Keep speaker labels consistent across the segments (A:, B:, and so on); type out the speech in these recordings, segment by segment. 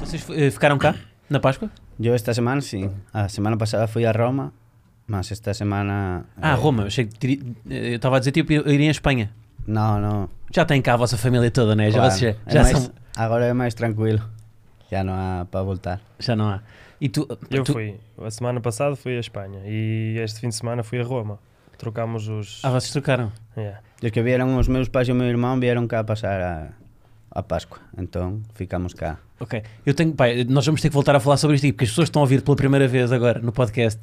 A: Vocês eh, ficaram cá na Páscoa?
B: Yo esta semana sí. La semana pasada fui a Roma, más esta semana.
A: Ah,
B: eh,
A: Roma. Achei que tiri- eh, eu estava a dizer tipo eu iria à Espanha.
B: No, no.
A: Já tem cá a vossa família toda, né? Já,
B: claro.
A: vocês-
B: É
A: já,
B: máis-
A: são-
B: Agora é más tranquilo. Ya no ha para voltar.
A: já não há. E tu,
C: Eu
A: tu-
C: fui. A semana passada fui à Espanha e este fim de semana fui a Roma. Trocámos os.
A: Ah, vocês trocaram.
C: Yeah.
B: Los que vieron os meus pais e o meu irmão vieron cá pasar a, a Pascua. Entón, ficamos cá.
A: Ok. Eu tenho, pai, nós vamos ter que voltar a falar sobre isto porque as pessoas estão a ouvir pela primeira vez agora no podcast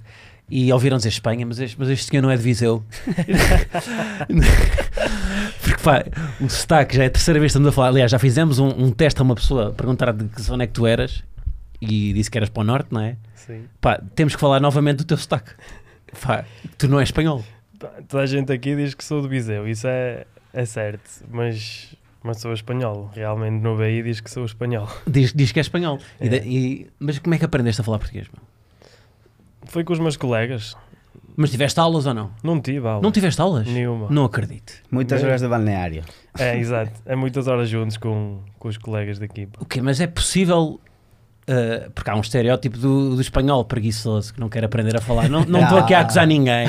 A: e ouviram dizer Espanha, mas este, mas este senhor não é de Viseu. porque, pá, o sotaque já é a terceira vez que estamos a falar. Aliás, já fizemos um, um teste a uma pessoa, perguntar de que zona é que tu eras e disse que eras para o norte, não é?
C: Sim.
A: Pá, temos que falar novamente do teu sotaque. Pá, tu não és espanhol.
C: Pá, Toda a gente aqui diz que sou de Viseu, isso é, é certo, mas, mas sou espanhol. Realmente no BI diz que sou espanhol.
A: Diz, diz que é espanhol. E
C: É.
A: da- e- mas como é que aprendeste a falar português? Meu?
C: Foi com os meus colegas.
A: Mas tiveste aulas ou não?
C: Não tive aula.
A: Não tiveste aulas?
C: Nenhuma.
A: Não acredito.
B: Muitas
C: Bem.
B: horas de balneario.
C: É, exato. É muitas horas juntos com, com os colegas da equipa.
A: O quê? Mas é possível. ah, porque há um estereótipo do, do espanhol preguiçoso que não quer aprender a falar. Não não estou aqui a acusar ninguém.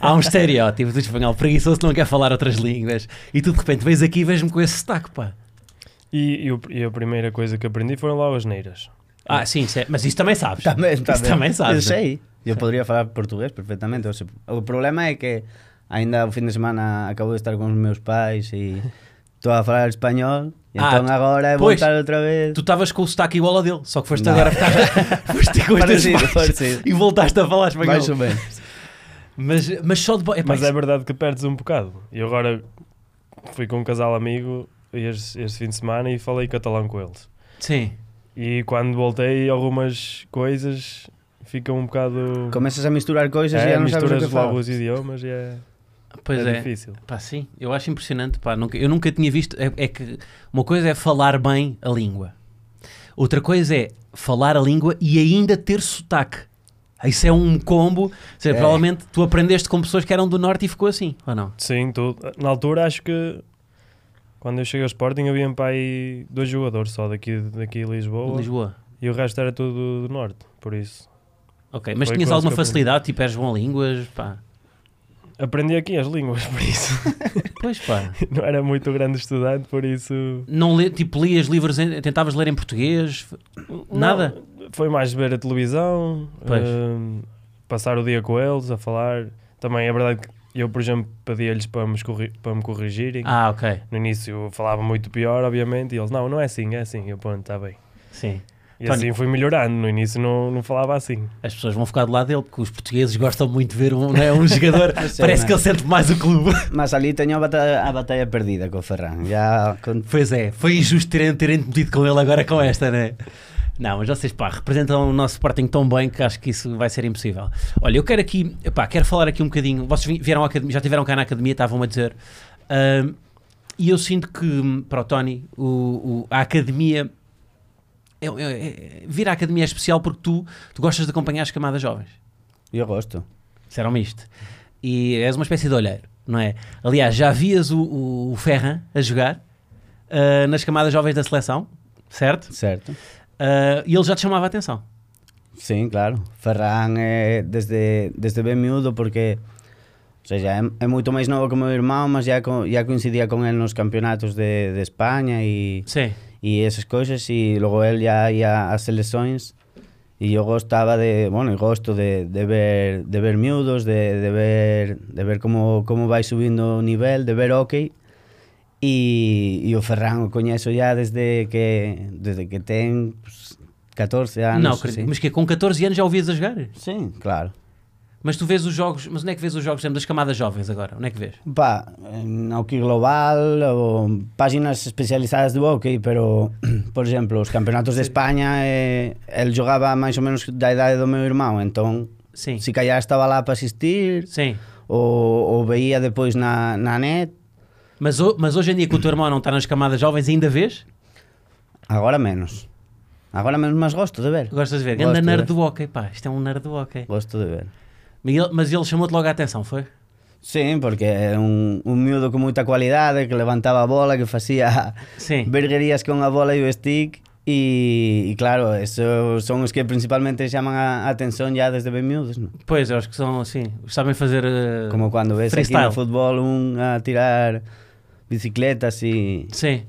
A: Há um estereótipo do espanhol preguiçoso que não quer falar outras línguas. E tu de repente vês aqui e vês-me com esse sotaque, pá.
C: E, e o- e a primeira coisa que aprendi foram lá as neiras.
A: Ah, sim, isso é- mas isso também sabes.
B: Tamén,
A: Isso também sabes.
B: Eu sei. Eu podría falar portugués perfectamente. O, se- o problema é que aínda o fin de semana acabo de estar con os meus pais e estou a falar español. E
A: Ah,
B: entón agora é
A: pois.
B: voltar outra vez.
A: Tu estavas com o sotaque igual ao dele, só que foste
B: Não.
A: agora ficar- foste com os teus
B: Parecido,
A: pais
B: parecido.
A: e voltaste a falar espanhol.
B: Mais ou menos.
A: Mas, mas só de bo... Epá,
C: um. Mas
A: isso-
C: é verdade que perdes um bocado. E agora fui com um casal amigo este, este fim de semana e falei catalão com eles.
A: Sim.
C: E quando voltei, algumas coisas ficam um bocado.
B: Comezas a misturar coisas e
C: é,
B: já non sabes o é que
C: misturas logo
B: falas.
C: os idiomas e é,
A: Pois
C: é
A: é.
C: difícil.
A: Pá, sim, eu acho impressionante. Pá, nunca, eu nunca tinha visto. É, é que uma coisa é falar bem a língua, outra coisa é falar a língua e ainda ter sotaque. Isso é um combo. Ou seja,
B: É.
A: Provavelmente tu aprendeste com pessoas que eram do norte e ficou assim, ou não?
C: Sim, tudo. Na altura acho que quando eu cheguei ao Sporting havia para aí dois jogadores só daqui, daqui de Lisboa,
A: Lisboa.
C: e o resto era tudo do norte, por isso.
A: Ok, mas
C: Foi
A: tinhas
C: quase
A: alguma
C: que eu aprendi.
A: facilidade? Tipo, eras bom a línguas? Pá.
C: Aprendi aqui as línguas, por isso.
A: Pois pá.
C: Não era muito grande estudante, por isso.
A: Não lê, tipo, lias livros, em- tentavas ler em português? Nada?
C: Não, foi mais ver a televisão,
A: Pois.
C: hum, passar o dia com eles, a falar. Também é verdade que eu, por exemplo, pedia-lhes para, me escorri- para me corrigirem.
A: Ah, ok.
C: No início eu falava muito pior, obviamente, e eles, não, não é assim, é assim. Eu, pronto, está bem.
A: Sim.
C: E
A: Tony.
C: assim fui melhorando. No início não, não falava assim.
A: As pessoas vão ficar do lado dele porque os portugueses gostam muito de ver um, né, um jogador. Parece
B: não é?
A: que ele sente mais o clube.
B: Mas ali teño a batalla, a batalla perdida co Ferran. Ya con...
A: Pois é, foi injusto terem, terem metido com ele agora com esta, né? Não, mas vocês, pá, representam o nosso Sporting tão bem que acho que isso vai ser impossível. Olha, eu quero aqui, pá, quero falar aqui um bocadinho. Vocês vi- vieram à academia, já tiveram cá na academia, estavam a dizer. ahm, e eu sinto que, para o Tony, o, o- a academia. é- é- é- vir à academia é especial porque tu, tu gostas de acompanhar as camadas jovens.
B: Eu gosto.
A: Disseram-me isto. E és uma espécie de olheiro, não é? Aliás, já vias o, o, o Ferran a jogar ah, nas camadas jovens da seleção, certo?
B: Certo.
A: Ah, e ele já te chamava a atenção.
B: Sí, claro. Ferran é desde, desde ben miúdo porque o sea, é, é moito máis novo que o meu irmão, mas já, co, já coincidía con el nos campeonatos de, de España e,
A: Sim.
B: e esas cousas e logo el já ia ás seleccións e eu gostaba de, bueno, eu gosto de, de ver de ver miúdos, de, de ver de ver como como vai subindo o nivel, de ver hockey e, e o Ferran o coñezo ya desde que desde que ten pues, 14 anos.
A: não, acredito.
B: sí.
A: Ah, Mas que com 14 anos já o vias a jogar?
B: Sim, claro.
A: Mas tu vês os jogos, mas onde é que vês os jogos por exemplo, das camadas jovens agora? Onde é que vês?
B: Pa, no que global ou páxinas especializadas do hockey, pero, por exemplo, os campeonatos de España eh, el jogaba máis ou menos da idade do meu irmão, entón
A: Sim.
B: si callar estaba lá para asistir
A: Sim.
B: ou, ou veía depois na, na net,
A: Mas, ho- mas hoje em dia que o teu irmão não está nas camadas jovens, ainda vês?
B: agora menos. Agora menos, mas gosto de ver.
A: Gostas de ver?
B: Gosto
A: Ganda
B: de
A: nerd
B: ver.
A: do hockey, pá. Isto é um nerd do hockey.
B: Gosto de ver.
A: Mas ele, mas ele chamou-te logo a atenção, foi?
B: Sim, porque é un, un miúdo con moita cualidade, que levantaba a bola, que facía
A: Sim.
B: verguerías con a bola e o stick e, e claro, eso son os que principalmente chaman a a atención ya desde ben miúdos, ¿no?
A: Pois, eu acho que são assim. Sabem fazer. eh,
B: Como cando ves
A: freestyle.
B: aquí no fútbol un a tirar bicicletas e
A: Sim.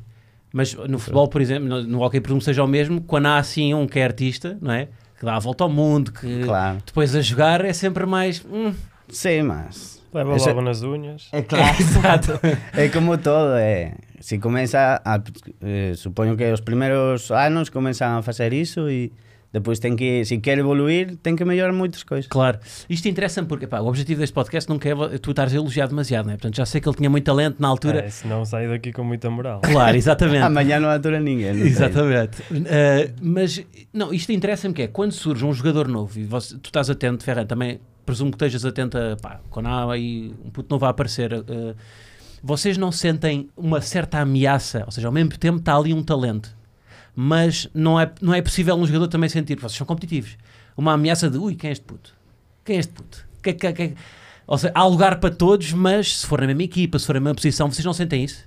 A: Mas no futebol, por exemplo, no, no hockey, presumo que seja o mesmo. Quando há assim um que é artista, não é? Que dá a volta ao mundo, que
B: Claro.
A: depois a jogar é sempre mais. hum,
B: Sí, mas
C: Leva
B: Esse-
C: logo nas unhas.
B: É claro.
A: Exato.
B: É como todo, é. Si comeza, a, eh, supoño que os primeiros anos comezan a facer iso e depois ten que, se quer evoluir, ten que mellorar moitas coisas.
A: Claro. Isto interessa-me porque pá, o objetivo deste podcast nunca é vo- tu estares a elogiar demasiado, não é? Portanto, já sei que ele tinha muito talento na altura.
C: É, senão saio daqui com muita moral.
A: Claro, exatamente.
B: Amanhã non atura ninguén. non sei.
A: Exatamente. Uh, mas, não, isto interessa-me que é, quando surge um jogador novo, e você- tu estás atento, Ferran, também presumo que estejas atento a, pá, quando há aí um puto novo a aparecer, uh, vocês não sentem uma certa ameaça, ou seja, ao mesmo tempo está ali um talento, mas não é, não é possível um jogador também sentir, vocês são competitivos, uma ameaça de, ui, quem é este puto? Quem é este puto? Que- que- que- Ou seja, há lugar para todos, mas se for na mesma equipa, se for na mesma posição, vocês não sentem isso?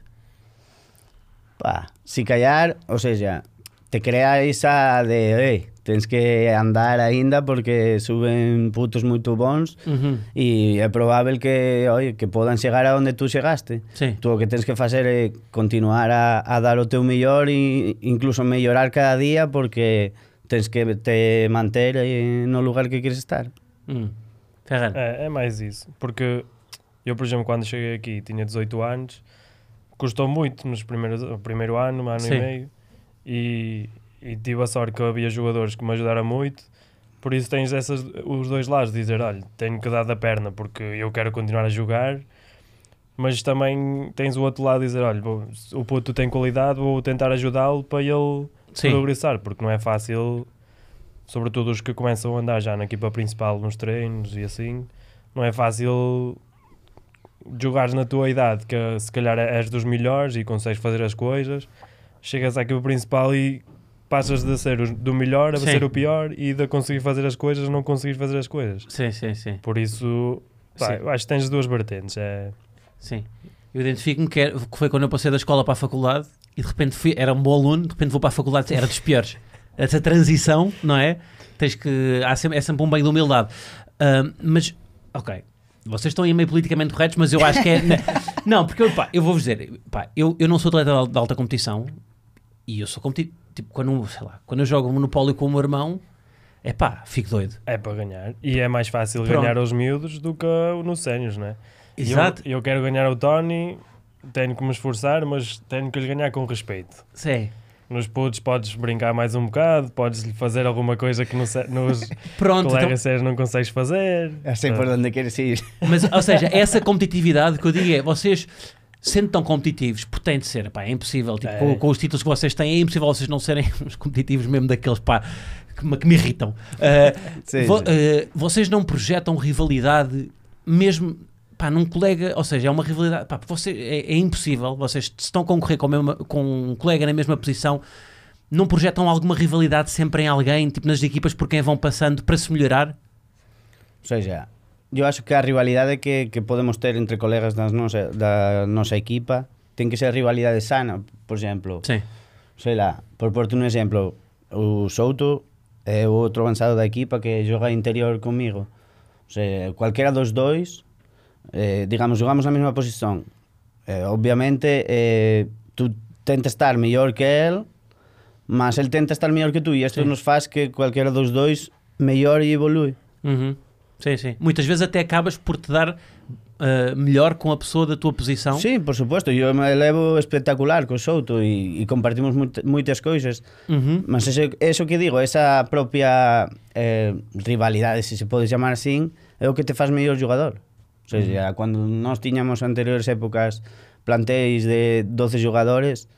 B: Pa, si callar, o sea, te crea esa de, "Ei, tens que andar aínda porque suben putos moito bons
A: Uhum.
B: e é probável que, oi, que podan chegar a onde tú chegaste.
A: Sim.
B: Tú o que tens que facer é continuar a, a dar o teu mellor e incluso mellorar cada día porque tens que te manter eh, no lugar que queres estar.
A: Hum. Ferran.
C: É, é mais isso. Porque eu, por exemplo, quando cheguei aqui tinha 18 anos, custou muito nos primeiros, o primeiro ano, um ano
A: Sim.
C: e meio, e, e tive a sorte que havia jogadores que me ajudaram muito. Por isso tens essas, os dois lados, dizer, olha, tenho que dar da perna porque eu quero continuar a jogar, mas também tens o outro lado, dizer, olha, vou- o puto tem qualidade, vou tentar ajudá-lo para ele
A: Sim.
C: progressar, porque não é fácil, sobretudo os que começam a andar já na equipa principal nos treinos e assim, não é fácil jogares na tua idade, que se calhar és dos melhores e consegues fazer as coisas, chegas à equipa principal e passas de ser os- do melhor a
A: Sim.
C: ser o pior e de conseguir fazer as coisas não conseguir fazer as coisas.
A: Sim, sim, sim.
C: Por isso, pá,
A: Sim.
C: eu acho que tens duas vertentes. É,
A: sim. Eu identifico-me que, era- que foi quando eu passei da escola para a faculdade e de repente fui, era um bom aluno, de repente vou para a faculdade, era dos piores. Essa transição, não é? Tens que. Há sempre, é sempre um bem de humildade. Ahm, mas, ok. Vocês estão aí meio politicamente corretos, mas eu acho que é. não, porque eu, pá, eu vou-vos dizer, pá, eu, eu não sou atleta de al- de alta competição e eu sou competitivo. Tipo, quando, sei lá, quando eu jogo Monopólio com o meu irmão, é pá, fico doido.
C: é para ganhar. E é mais fácil
A: Pronto.
C: ganhar aos miúdos do que nos sénios, não é? E eu-
A: Exato.
C: Eu, quero ganhar o Tony, tenho que me esforçar, mas tenho que lhe ganhar com respeito.
A: Sim.
C: Nos putos podes brincar mais um bocado, podes lhe fazer alguma coisa que no sé- nos
A: Pronto, então-
C: colegas sérios não consegues fazer.
B: Eu sei por onde queres ir.
A: Mas, ou seja, essa competitividade que eu digo é, vocês sendo tão competitivos, porque tem de ser, pá, é impossível, tipo,
C: É.
A: com, com os títulos que vocês têm, é impossível vocês não serem uns competitivos mesmo daqueles, pá, que me, que me irritam. Ah,
B: Sim,
A: vo-
B: sim.
A: ah, vocês não projetam rivalidade mesmo, pá, num colega, ou seja, é uma rivalidade, pá, você, é, é impossível, vocês se estão a concorrer com, a mesma- com um colega na mesma posição, não projetam alguma rivalidade sempre em alguém, tipo nas equipas por quem vão passando para se melhorar?
B: O sea, eu acho que a rivalidade que, que podemos ter entre colegas das nosa, da nosa equipa ten que ser rivalidade sana, por exemplo.
A: Sim,
B: Sei lá, por porte un exemplo, o Souto é o outro avanzado da equipa que joga interior comigo. O sea, cualquera dos dois, eh, digamos, jogamos na mesma posición. Eh, obviamente, eh, tú tenta estar mellor que él, mas él tenta estar mellor que tú, e isto
A: Sí.
B: nos faz que cualquera dos dois mellor e evolui.
A: Uhum. Sim, sim. Muitas vezes até acabas por te dar ah, melhor com a pessoa da tua posição.
B: Sí, por suposto, eu me levo espectacular co Souto e, e compartimos moit- moitas coisas.
A: Uhum.
B: Mas eso, eso que digo, esa propia eh, rivalidade, se se pode chamar así, é o que te faz mellor jogador. O sea, mm. cando nós tiñamos anteriores épocas plantéis de 12 jogadores,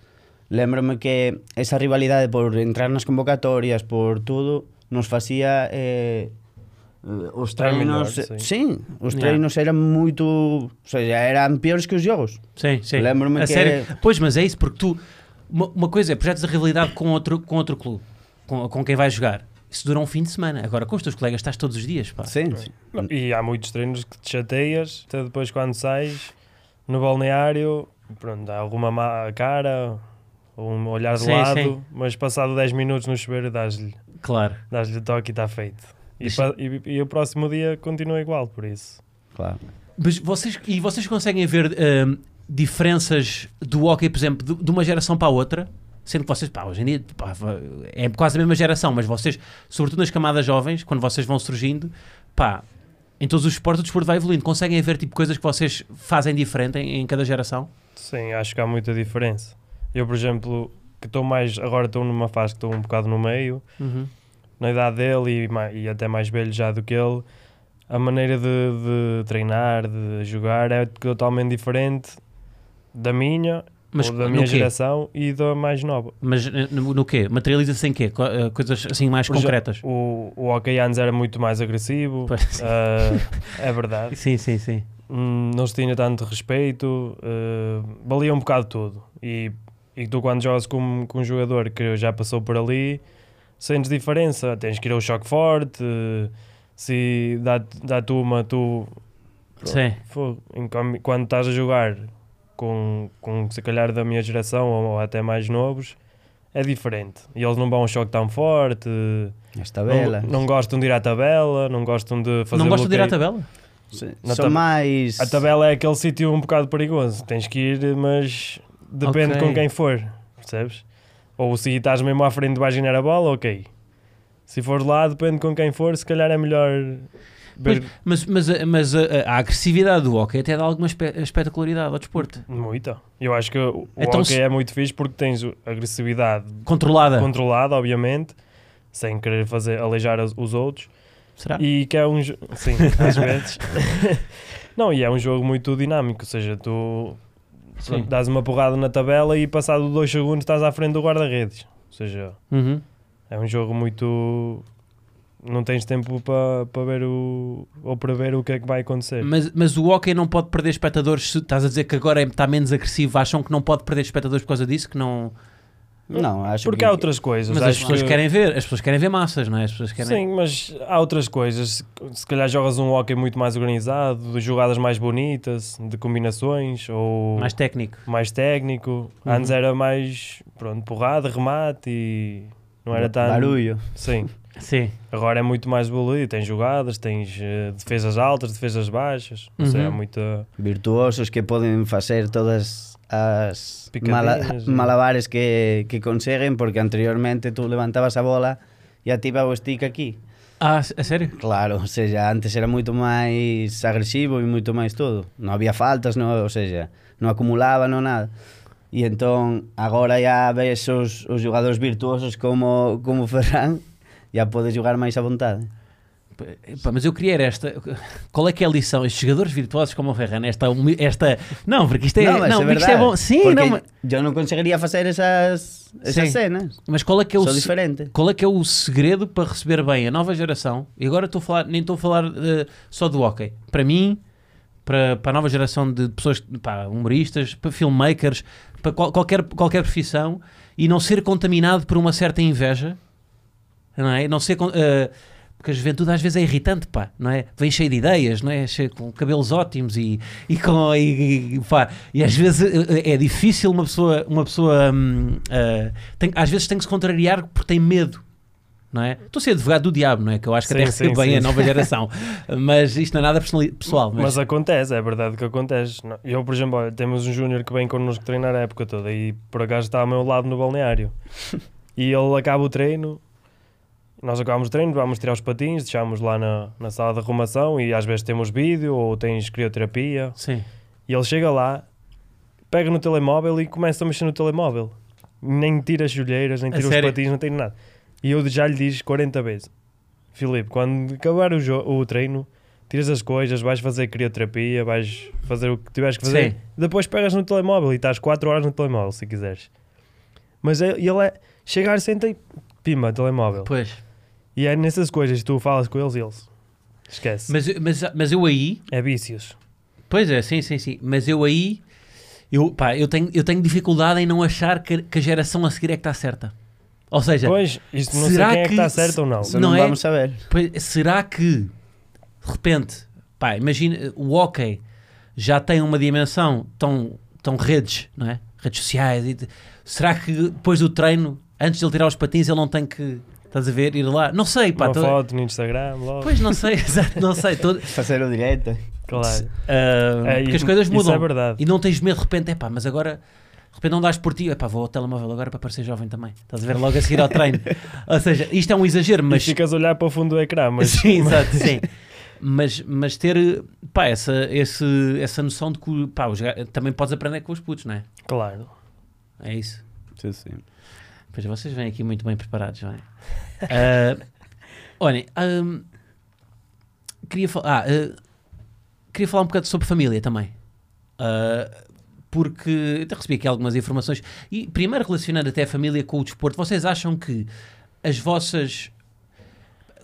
B: lembrome que esa rivalidade por entrar nas convocatorias, por todo, nos facía... Eh, eh, os
C: Estar mellor,
B: treinos,
C: sí.
B: sí, os
A: Yeah.
B: treinos eran moito, o sea, eran piores que os jogos.
A: Sim, sim.
B: Lembro-me
A: A
B: que
A: sério.
B: era-
A: Pois, mas é isso, porque tu. Uma, uma coisa é projetos de rivalidade com outro, com outro clube, com, com quem vais jogar. Isso dura um fim de semana. Agora com os teus colegas estás todos os dias, pá.
B: Sim, sim.
C: Não, E há muitos treinos que te chateias, até depois quando sais no balneário, pronto, há alguma má cara, ou um olhar de
A: Sim,
C: lado,
A: sim.
C: mas passado 10 minutos no chuveiro dás-lhe
A: Claro.
C: dás o toque e está feito. E,
A: Deixa-
C: pa- e- e o próximo dia continua igual, por isso.
B: Claro.
A: Mas vocês, e vocês conseguem ver hum, diferenças do hockey, por exemplo, de, de uma geração para a outra? Sendo que vocês, pá, hoje em dia pá, é quase a mesma geração, mas vocês, sobretudo nas camadas jovens, quando vocês vão surgindo, pá, em todos os esportes o desporto vai evoluindo. Conseguem ver tipo coisas que vocês fazem diferente em, em cada geração?
C: Sim, acho que há muita diferença. Eu, por exemplo, que estou mais, agora estou numa fase que estou um bocado no meio, na idade dele e, ma- e até mais velho já do que ele, a maneira de, de treinar, de jogar é totalmente diferente da minha,
A: Mas
C: ou da
A: no
C: minha
A: quê?
C: geração e da mais nova.
A: Mas eh, no, no quê? Materializa-se em quê? Co- eh, coisas assim mais
C: Por exe-
A: concretas?
C: O, o hockey antes era muito mais agressivo,
A: Pois, sim.
C: ah, é verdade.
A: Sim, sim, sim.
C: Hum, não se tinha tanto respeito, eh, valia um bocado tudo. E, e tu, quando jogas com, com um jogador que já passou por ali, sentes diferença. Tens que ir ao choque forte, eh, se dá, dá tu uma, tu.
A: Sim.
C: Fogo. Em com- Quando estás a jogar com, com se calhar da minha geração ou, ou até mais novos, é diferente. E eles não vão ao choque tão forte,
B: As
C: não,
B: tabelas.
C: não gostam de ir à tabela, não gostam de fazer
A: Não gosto de ir à
C: bloqueio.
A: tabela?
B: Sim.
C: na
B: São
C: tab-
B: mais.
C: A tabela é aquele sítio um bocado perigoso. Tens que ir, mas depende
A: Ok.
C: com quem for, percebes? Ou se estás mesmo à frente vais ganhar a bola, ok. Se for lá, depende com quem for, se calhar é melhor ver
A: Mas, mas, mas, mas a, a agressividade do hockey até dá alguma espe espetacularidade ao desporto.
C: muita. Eu acho que o
A: Então
C: hockey
A: se- Ah.
C: é muito fixe porque tens o- agressividade
A: Controlada.
C: controlada, obviamente, sem querer fazer aleijar os- os outros.
A: Será?
C: E que é um jo- Sim, às vezes. Não, e é um jogo muito dinâmico, ou seja, tu
A: Sim.
C: dás uma porrada na tabela e passado dois segundos estás à frente do guarda-redes. Ou seja,
A: Uhum.
C: é um jogo muito. Não tens tempo para para ver o. ou para ver o que é que vai acontecer.
A: Mas, mas o hockey não pode perder espectadores. Se estás a dizer que agora é- está menos agressivo, acham que não pode perder espectadores por causa disso? Que não...
B: Não, acho
C: Eh, Porque
B: que.
C: há outras coisas.
A: Mas as
C: acho
A: pessoas
C: que-
A: querem ver, as pessoas querem ver massas, não é? As pessoas querem...
C: Sim, mas há outras coisas. Se- Se calhar jogas um hockey muito mais organizado, de jogadas mais bonitas, de combinações, ou.
A: Mais técnico.
C: mais técnico.
A: Uhum.
C: Antes era mais, pronto, porrada, remate e não era tanto.
B: Barulho.
C: Sim.
A: Sim.
C: Agora é muito mais evoluído. Tens jogadas, tens eh, defesas altas, defesas baixas. Não sei,
A: Uhum.
C: há muita.
B: Virtuosos que podem facer todas as
C: Picadinhas,
B: mala-
C: eh.
B: malabares que, que conseguen, porque anteriormente tú levantabas a bola e ativa o stick aquí.
A: Ah, s- a sério?
B: Claro, o sea, antes era moito máis agresivo e moito máis todo. Non había faltas, no, o sea, non acumulaba, non nada. E entón, agora ya ves os, os jogadores virtuosos como, como Ferran, ya podes jogar máis à vontade.
A: P- pá, mas eu queria era esta. Qual é que é a lição? Estes jogadores virtuosos como o Ferran, esta, humi- esta. Não, porque isto é.
B: mas é
A: porque isto é
B: verdade,
A: bom. Sim,
B: porque
A: não, mas-
B: eu non conseguiria facer esas,
A: Sim.
B: esas cenas.
A: mas qual é que é o.
B: Sou
A: se-
B: diferente.
A: Qual é que é o segredo para receber bem a nova geração? E agora estou a falar, nem estou a falar eh, só do hockey. Para mim, para, para a nova geração de pessoas, pá, humoristas, para filmmakers, para qual- qualquer, qualquer profissão, e não ser contaminado por uma certa inveja, não é? Não ser, con- eh, porque a juventude às vezes é irritante, pá, não é? Vem cheia de ideias, não é? Cheia, com cabelos ótimos e, e com... E, e, pá, e às vezes eh, eh, é difícil uma pessoa... Uma pessoa hum, eh, tem- às vezes tem que se contrariar porque tem medo. Não é? Estou a ser advogado do diabo, não é? Que eu acho que
C: Sim,
A: até recebo
C: sim,
A: bem
C: sim.
A: a nova geração. mas isto não é nada personali- pessoal.
C: Mas... acontece, é verdade que acontece. Não- Eu, por exemplo, olha, temos um júnior que vem connosco treinar a época toda e por acaso está ao meu lado no balneário. e ele acaba o treino, nós acabamos o treino, vamos tirar os patins, deixamos lá na, na sala de arrumação e às vezes temos vídeo ou tens crioterapia.
A: Sim.
C: E ele chega lá, pega no telemóvel e começa a mexer no telemóvel. Nem tira as joelheiras, nem
A: A
C: tira os
A: sério?
C: patins, não tira nada. E eu já lhe disse 40 vezes: Filipe, quando acabar o, jo- o treino, tiras as coisas, vais fazer crioterapia, vais fazer o que tiveres que fazer.
A: Sim.
C: Depois pegas no telemóvel e estás 4 horas no telemóvel, se quiseres. Mas é- ele é. Chegar, senta e pima, telemóvel.
A: Pois.
C: E é nessas coisas que tu falas com eles e eles. Esquece.
A: Mas, mas, mas eu aí,
C: É vícios.
A: Pois é, sim, sim, sim. Mas eu aí, eu, pá, eu tenho, eu tenho dificuldade em não achar que, que a geração a seguir é que está certa. Ou seja,
C: Pois, isto não
A: será
C: sei quem é que
A: que
C: está
A: se-
C: certo ou não.
B: Isso
A: Não
B: não,
A: é-
B: vamos saber.
A: Pois, Será que de repente, pá, imagina o hockey já tem uma dimensão tão, tão redes, não é? Redes sociais. e de- será que depois do treino, antes de ele tirar os patins, ele não tem que, estás a ver, ir lá? Não sei, pá.
C: Uma
A: tô-
C: foto no Instagram, logo.
A: Pois não sei, exato, não sei. tô-
B: Fazer o direito.
C: Claro.
A: Ah,
C: É,
A: porque as
C: isso-
A: coisas
C: isso
A: mudam.
C: é verdade.
A: E não tens medo de repente, é pá, mas agora de repente não dás por ti, é pá, vou ao telemóvel agora para parecer jovem também. Estás a ver logo a seguir ao treino. Ou seja, isto é um exagero,
C: Mas
A: mas
C: ficas a olhar para o fundo do ecrã, mas
A: sim, exato, sim. Mas, mas ter pá, essa, esse, essa noção de que pá, os ga- também podes aprender com os putos, não é?
C: claro.
A: É isso.
B: Sim, sim.
A: Pois vocês vêm aqui muito bem preparados, não é? Ah, olhem, ahm, queria, fal- ah, ah, queria falar um bocado sobre família também. Ah, porque até recebi aqui algumas informações. E primeiro relacionando até a família com o desporto, vocês acham que as vossas.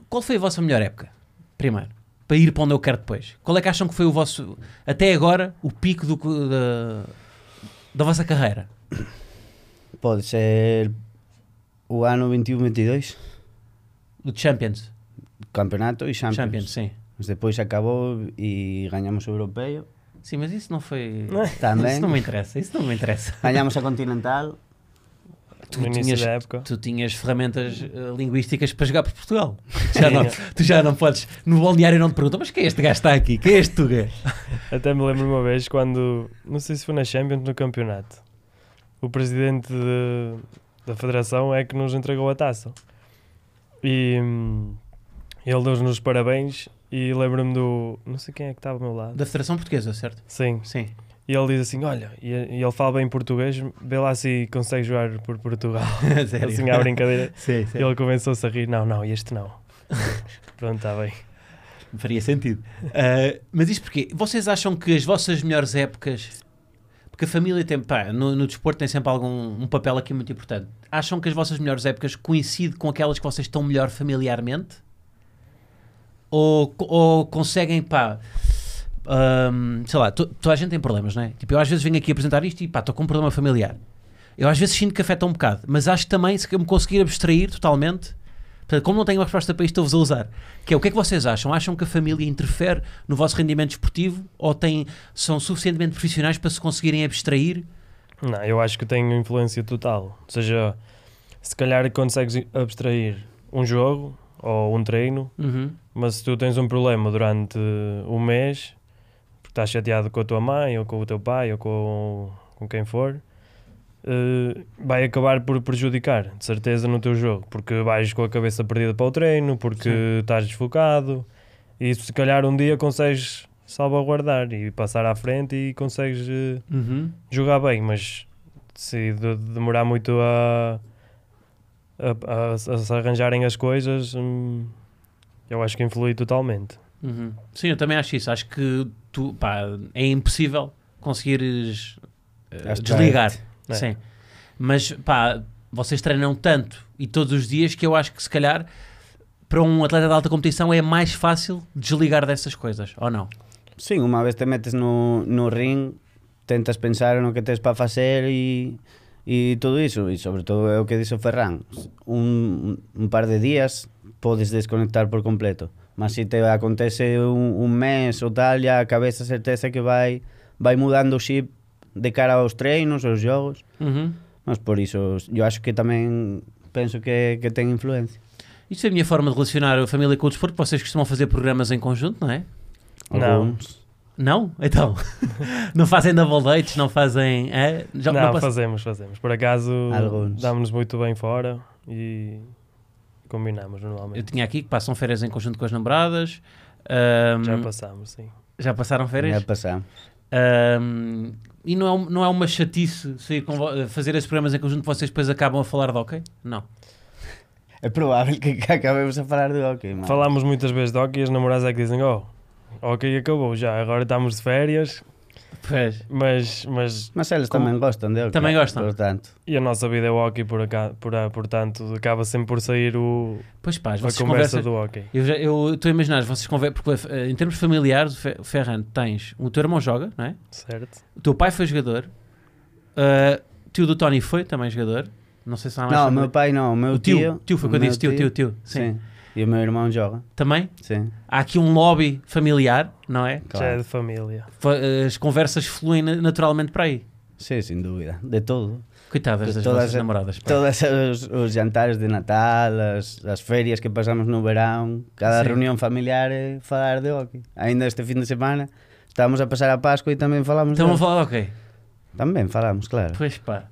A: Qual foi a vossa melhor época? Primeiro. Para ir para onde eu quero depois. Qual é que acham que foi o vosso. Até agora, o pico do, co- da, da vossa carreira?
B: Pode ser o ano 21-22,
A: Do Champions.
B: campeonato e Champions.
A: Champions, sim.
B: Mas depois acabou e ganhamos o europeu.
A: Sim, mas isso não foi.
B: Também
A: Isso não me interessa, isso não me interessa.
B: ganhamos a continental.
A: Tu
C: No início
A: tinhas-
C: da época.
A: Tu tinhas ferramentas eh, linguísticas para jogar por Portugal. É. Tu já, não, tu já não podes. No balneário não te perguntam, mas quem é este gajo que está aqui? Quem é este Tuga?
C: Até me lembro uma vez quando, não sei se foi na Champions, no campeonato, o presidente de- da federação é que nos entregou a taça. E hum, ele deu-nos os parabéns e lembro-me do, não sei quem é que estava ao meu lado.
A: Da Federação Portuguesa, certo?
C: Sim,
A: Sim.
C: e ele diz assim, olha, e, e ele fala bem português, vê lá se consegue jogar por Portugal.
A: Sério.
C: Assim, à brincadeira.
A: Sim, sim.
C: E ele começou-se a rir, não, não, este não. Pronto, está bem.
A: Faria sentido. Ah, mas isto porquê? Vocês acham que as vossas melhores épocas. Porque a família tem. Pá, no, no desporto tem sempre algum um papel aqui muito importante. Acham que as vossas melhores épocas coincidem com aquelas que vocês estão melhor familiarmente? Ou, co- ou conseguem, pá. ahm, sei lá, to- toda a gente tem problemas, não é? Tipo, eu às vezes venho aqui apresentar isto e pá, estou com um problema familiar. Eu às vezes sinto que afeta um bocado, mas acho que também se eu me conseguir abstrair totalmente, portanto, como não tenho uma resposta para isto, estou-vos a usar. Que é o que é que vocês acham? Acham que a família interfere no vosso rendimento esportivo ou têm, são suficientemente profissionais para se conseguirem abstrair?
C: Não, eu acho que tenho influência total. Ou seja, se calhar consegues abstrair um jogo ou um treino,
A: Uhum.
C: mas se tu tens um problema durante um mês, porque estás chateado com a tua mãe ou com o teu pai ou com, com quem for, eh, vai acabar por prejudicar, de certeza, no teu jogo. Porque vais com a cabeça perdida para o treino, porque
A: Sim.
C: estás desfocado. E se calhar um dia consegues salvaguardar e passar à frente e consegues. eh, jogar bem, mas se de- de demorar muito a, a- a- a se arranjarem as coisas, hum, eu acho que influi totalmente.
A: Uhum. Sim, eu também acho isso. Acho que tu, pá, é impossível conseguires eh,
B: Abstrair-te.
A: desligar.
C: É.
A: Sim. Mas, pá, vocês treinam tanto e todos os dias que eu acho que se calhar para um atleta de alta competição é mais fácil desligar dessas coisas, ou não?
B: Sim, uma vez te metes no, no ring, tentas pensar no que tens para facer e, e tudo iso. E sobre todo é o que dixo Ferran. Un, un par de días podes desconectar por completo. Mas se te acontece un, un mes ou tal, ya a cabeza certeza que vai vai mudando o chip de cara aos treinos, aos jogos.
A: Uhum.
B: Mas por iso, eu acho que tamén penso que, que ten influencia.
A: Isto é a minha forma de relacionar a família com o desporto. Vocês costumam fazer programas em conjunto, não é?
C: Não.
B: Alguns.
A: Não? Então. não fazem double dates, não fazem. É? Já,
C: não,
A: não passa-
C: fazemos, fazemos. Por acaso,
B: Alguns.
C: damos-nos muito bem fora e combinamos
A: Eu
C: normalmente.
A: tinha aqui que passam férias em conjunto com as namoradas. ahm,
C: Já passámos, sim.
A: já passaram
B: Já
A: férias?
B: pasamos.
A: Ahm, e não é, um- não é uma chatice sair com vo- fazer esses programas em conjunto que vocês depois acabam a falar de ok? Não.
B: É probable que, que acabemos a falar do hockey, mas...
C: Falámos muitas vezes de hockey e as namoradas é que dizem: Oh, ok, acabou já, agora estamos de férias,
A: Pois.
C: mas, mas
B: Mas eles
A: Como-
B: também gostam de hockey.
A: Também gostam.
B: Portanto,
C: e a nossa vida é o hockey, por aca- por a- portanto, acaba sempre por sair o,
A: Pois pá,
C: a
A: as vossas
C: conversa
A: conversas.
C: do hockey.
A: Eu já- Eu estou a imaginar, as vossas conversas. Porque eh, em termos familiares, o Fe- o Ferran, tens. O teu irmão joga, não é?
C: Certo?
A: O teu pai foi jogador, ah, tio do Tony foi também jogador, Não sei se há mais
B: Não, o
A: família.
B: meu pai não, o meu
A: O tio,
B: tio.
A: tio, foi o que eu
B: meu
A: disse, tio, tio, tio, sim.
B: E o meu irmão joga,
A: Também
B: sim.
A: há aqui um lobby familiar, não é?
C: Já é
B: Claro.
C: de família.
A: Fa- As conversas fluem na- naturalmente para aí.
B: Sim, sem dúvida. De tudo.
A: Coitadas
B: De
A: das
B: todas
A: vossas
B: as-
A: namoradas. pá.
B: Todos os, os jantares de Natal, as, as férias que pasamos no verão, cada
A: Sim.
B: reunião familiar é falar de hockey. Ainda este fin de semana estávamos a pasar a Páscoa e também falámos de
A: Estão a
B: hockey.
A: falar, Então, ok.
B: Também falámos, claro.
A: Pois pá.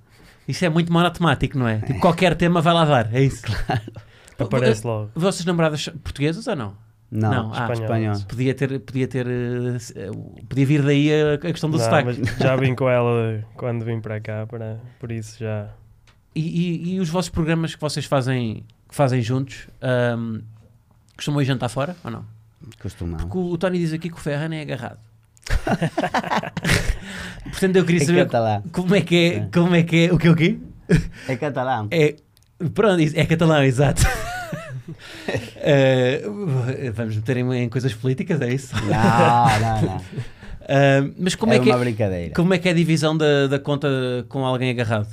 A: Isso é muito monotemático, não é? Tipo, qualquer tema vai lá dar, é isso.
C: Aparece logo.
A: Vossas namoradas são portuguesas ou não?
B: Não,
A: Não, ah,
B: espanhol.
C: espanhol.
A: Podia ter, podia ter, eh, se- eh, podia vir daí a, a questão do
C: Não,
A: sotaque.
C: mas já vim com ela quando vim para cá, para, por isso já.
A: E, e- e os vossos programas que vocês fazem, que fazem juntos, ahm, costumam ir jantar fora ou não?
B: Costumamos.
A: Porque o, o Tony diz aqui que o Ferran é agarrado. Portanto, eu queria
B: É
A: saber
B: catalã.
A: como é que é,
B: É.
A: como é que é, o que é o quê?
B: É catalão.
A: É, pronto, isso- é catalão, exato. Eh, vamos meter em, em coisas políticas, é isso?
B: Não, não, não.
A: Ah, mas como é,
B: é
A: que
B: uma
A: é,
B: brincadeira.
A: como é que é a divisão da, da conta com alguém agarrado?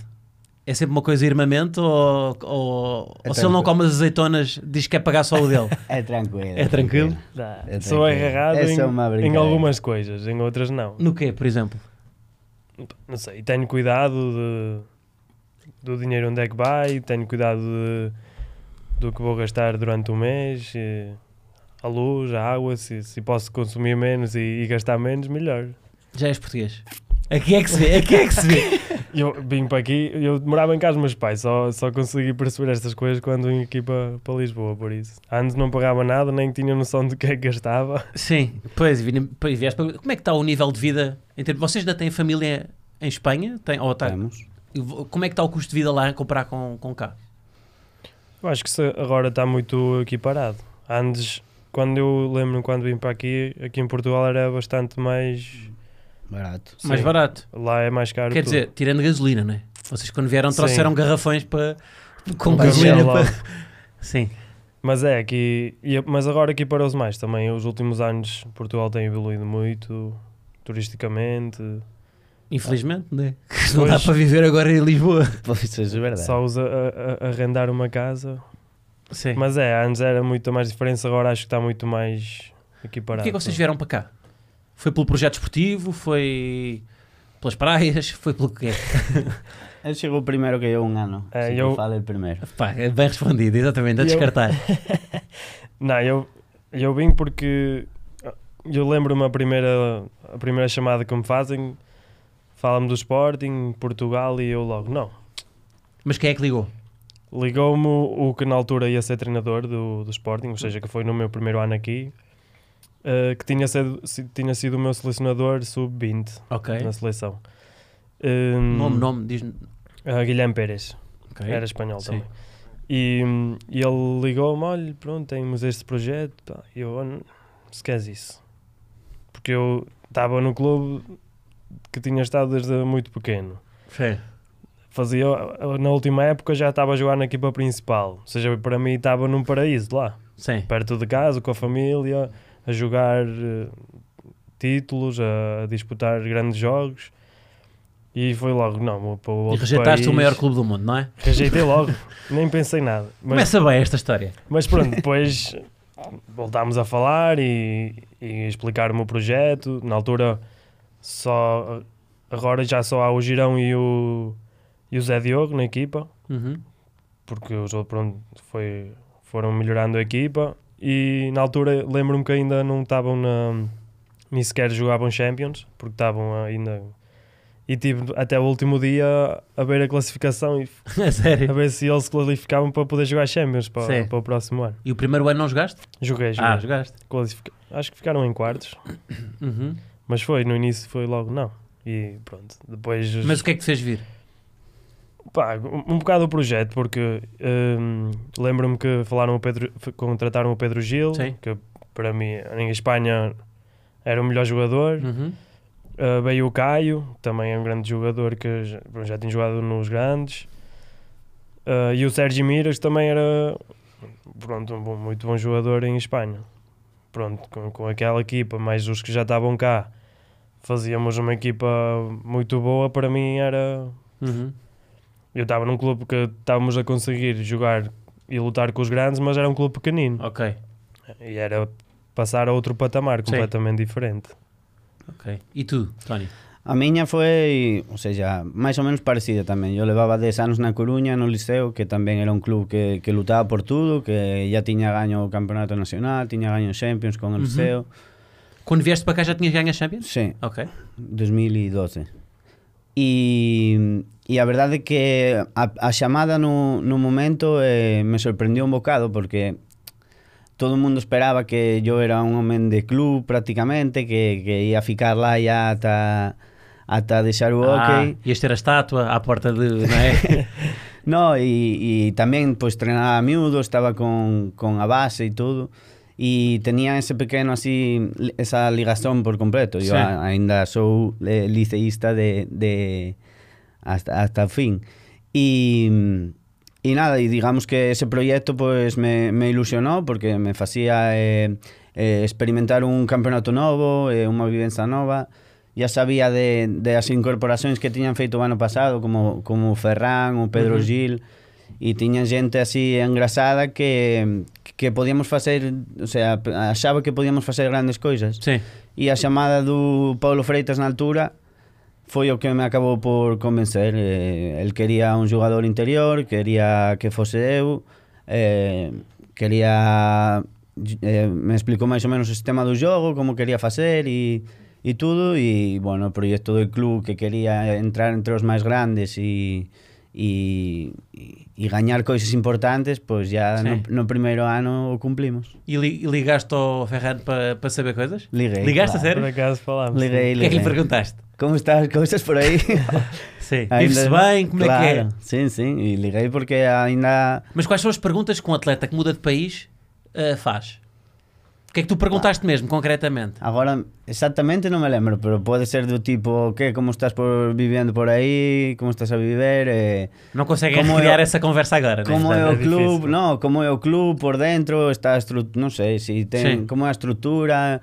A: É sempre uma coisa irmamento ou, ou,
B: É
A: ou se ele não
B: tranquilo.
A: come as azeitonas diz que é pagar só o dele?
B: É tranquilo.
A: É tranquilo?
C: Dá.
B: É
C: Sou
B: tranquilo.
C: agarrado
B: É
C: em,
B: só uma
C: em
B: brincadeira.
C: algumas coisas, em outras não.
A: No quê, por exemplo?
C: Não sei, tenho cuidado de, do dinheiro onde é que vai, tenho cuidado de- do que vou gastar durante o mês, eh, a luz, a água, se, se posso consumir menos e, e gastar menos, melhor.
A: Já és português. Aqui é que se vê, aqui é que se vê.
C: Eu vim para aqui, eu morava em casa dos meus pais, só, só consegui perceber estas coisas quando vim aqui para, para Lisboa, por isso. Antes não pagava nada, nem tinha noção do que é que gastava.
A: Sim, pois, vi- pois vieste para- Como é que está o nível de vida? em termos- Vocês ainda têm família em Espanha? Tem, ou está-
B: Temos.
A: como é que está o custo de vida lá a comparar com, com cá?
C: Eu acho que se- agora está muito aqui parado. Antes, quando eu lembro quando vim para aqui, aqui em Portugal era bastante mais...
B: Barato.
A: Mais
C: Sim.
A: barato.
C: Lá é mais caro
A: Quer
C: tudo.
A: dizer, tirando gasolina, não é? Vocês quando vieram
C: Sim.
A: trouxeram garrafões para... Com
C: Um
A: gasolina
C: carro lá.
A: para... Sim.
C: Mas é, aqui, e- mas agora aqui parou-se mais também. Os últimos anos Portugal tem evoluído muito, turisticamente.
A: Infelizmente, não é? Que não dá
C: Pois.
A: para viver agora em Lisboa.
B: Pois, isso é verdade.
C: Só os a, a- a- arrendar uma casa.
A: Sim.
C: Mas é, antes era muito mais diferença, agora acho que está muito mais aqui
A: Por
C: parado.
A: que é que vocês vieram para cá? Foi pelo projeto esportivo? Foi pelas praias? Foi pelo quê?
B: Ele chegou primeiro que eu um ano.
C: É,
B: Sempre
C: eu-
B: falo ele primeiro.
A: Pá, é bem respondido, exatamente, a
C: E eu-
A: descartar.
C: Não, eu, eu vim porque eu lembro-me a primeira, a primeira chamada que me fazem, fala-me do Sporting, Portugal e eu logo, não.
A: Mas quem é que ligou?
C: Ligou-me o o que na altura ia ser treinador do, do Sporting, ou seja, que foi no meu primeiro ano aqui, eh, que tinha sido, si- tinha sido o meu selecionador sub-20
A: Ok.
C: na seleção. Ehm,
A: Nome, nome, diz.
C: eh, Guilherme Pérez,
A: Ok.
C: era espanhol
A: Sim.
C: também. E, hum, e ele ligou-me: olha, pronto, temos este projeto. pá." E eu, "Oh, não, esquece isso. Porque eu estava no clube que tinha estado desde muito pequeno
A: Sim.
C: fazia na última época já estava a jogar na equipa principal, ou seja, para mim estava num paraíso lá,
A: Sim.
C: perto de casa, com a família, a jogar eh, títulos, a, a disputar grandes jogos. E foi logo, não, vou para o
A: E
C: outro
A: rejeitaste
C: país.
A: o maior clube do mundo, não é?
C: Rejeitei logo, nem pensei nada. Mas,
A: Começa bem esta história.
C: mas pronto, depois voltámos a falar e, e explicar-me o projeto. Na altura, só agora já só há o Girão e o, e o Zé Diogo na equipa
A: Uhum.
C: porque os outros pronto, foi, foram melhorando a equipa e na altura lembro-me que ainda não estavam na nem sequer jogavam Champions porque estavam ainda e tive até o último dia a ver a classificação e
A: A
C: a
A: É sério.
C: ver se eles se classificavam para poder jogar Champions para,
A: Sim.
C: para o próximo ano.
A: E o primeiro ano não jogaste?
C: Joguei, joguei.
A: Ah, jogaste.
C: Classifica- Acho que ficaram em quartos,
A: Uhum.
C: mas foi, no início foi logo não. E pronto, depois
A: Mas o que é que te fez vir?
C: Pá, um um bocado o projeto, porque hum, lembro-me que falaram o Pedro, f- contrataram o Pedro Gil,
A: Sim.
C: que para mim em Espanha era o melhor jogador.
A: Uhum.
C: Uh, veio o Caio, também é um grande jogador que já, bom, já tem jogado nos grandes. Uh, e o Sérgio Miras também era pronto, um bom- muito bom jogador em Espanha. Pronto, com, com aquela equipa, mais os que já estavam cá, fazíamos uma equipa muito boa. Para mim era
A: Uhum.
C: Eu estava num clube que estávamos a conseguir jogar e lutar com os grandes, mas era um clube pequenino.
A: Ok,
C: E era passar a outro patamar
A: Ah. Sim.
C: completamente diferente.
A: ok. E tu, Tony?
B: A miña foi, ou seja, máis ou menos parecida tamén. Eu levaba 10 anos na Coruña, no Liceo, que tamén era un club que, que lutaba por tudo, que ya tiña ganho o Campeonato Nacional, tiña ganho o Champions con o
A: Ujú.
B: Liceo.
A: Quando vieste para cá já tinhas ganho a Champions?
B: Sí,
A: Ok.
B: 2012. E, e a verdade é que a, a chamada no, no momento eh, me sorprendió un bocado porque todo o mundo esperaba que yo era un homem de club prácticamente, que, que ia ficar lá ya ata, ata deixar o
A: Ah,
B: hockey.
A: ias ter a estátua à porta de. Não é?
B: No, e, e tamén pois treinaba a miúdo, estaba con, con a base e todo e tenía ese pequeno así li- esa ligazón por completo.
A: Sí.
B: Eu a, ainda sou eh, liceísta de, de hasta, hasta o fin. E E nada, e digamos que ese proyecto pues me, me ilusionó porque me facía eh, eh, experimentar un campeonato novo, eh, unha vivenza nova. Ya sabía de, de as incorporacións que tiñan feito o ano pasado, como, como o Ferran, o Pedro
A: Ujú.
B: Gil, e tiñan xente así engrasada que, que podíamos facer, o sea, achaba que podíamos facer grandes coisas.
A: Sim.
B: E a chamada do Paulo Freitas na altura foi o que me acabou por convencer. Eh, el quería un xogador interior, quería que fose eu, eh, quería... Eh, me explicou máis ou menos o sistema do xogo, como quería facer e, e tudo. E, bueno, o proxecto do club que quería entrar entre os máis grandes e... E, e, e gañar coisas importantes, pois já
A: Sí.
B: no, no primeiro ano o cumplimos.
A: E, li- e ligaste ao Ferran para saber coisas?
B: Liguei,
A: Ligaste a sério?
B: claro.
C: Por acaso falámos. sim.
B: Liguei,
A: O que é que lhe
B: liguei.
A: perguntaste?
B: Como estás? Cousas por aí?
A: Sim.
B: Ainda-
A: Vive-se bem? Como
B: claro.
A: é que é?
B: Sim, sim. E liguei porque ainda...
A: Mas quais são as perguntas que um atleta que muda de país ah, faz? O que é que tu perguntaste mesmo, concretamente?
B: Agora, exactamente non me lembro, pero pode ser do tipo, que, como estás por vivendo por aí, como estás a viver, eh,
A: Não conseguem
B: Como
A: recriar
B: eu-
A: essa conversa agora, né?
B: como é
C: é
B: o
C: difícil.
B: club, no, como é o club por dentro, está a estru... non sei,
A: Sí.
B: si ten, como é a estrutura.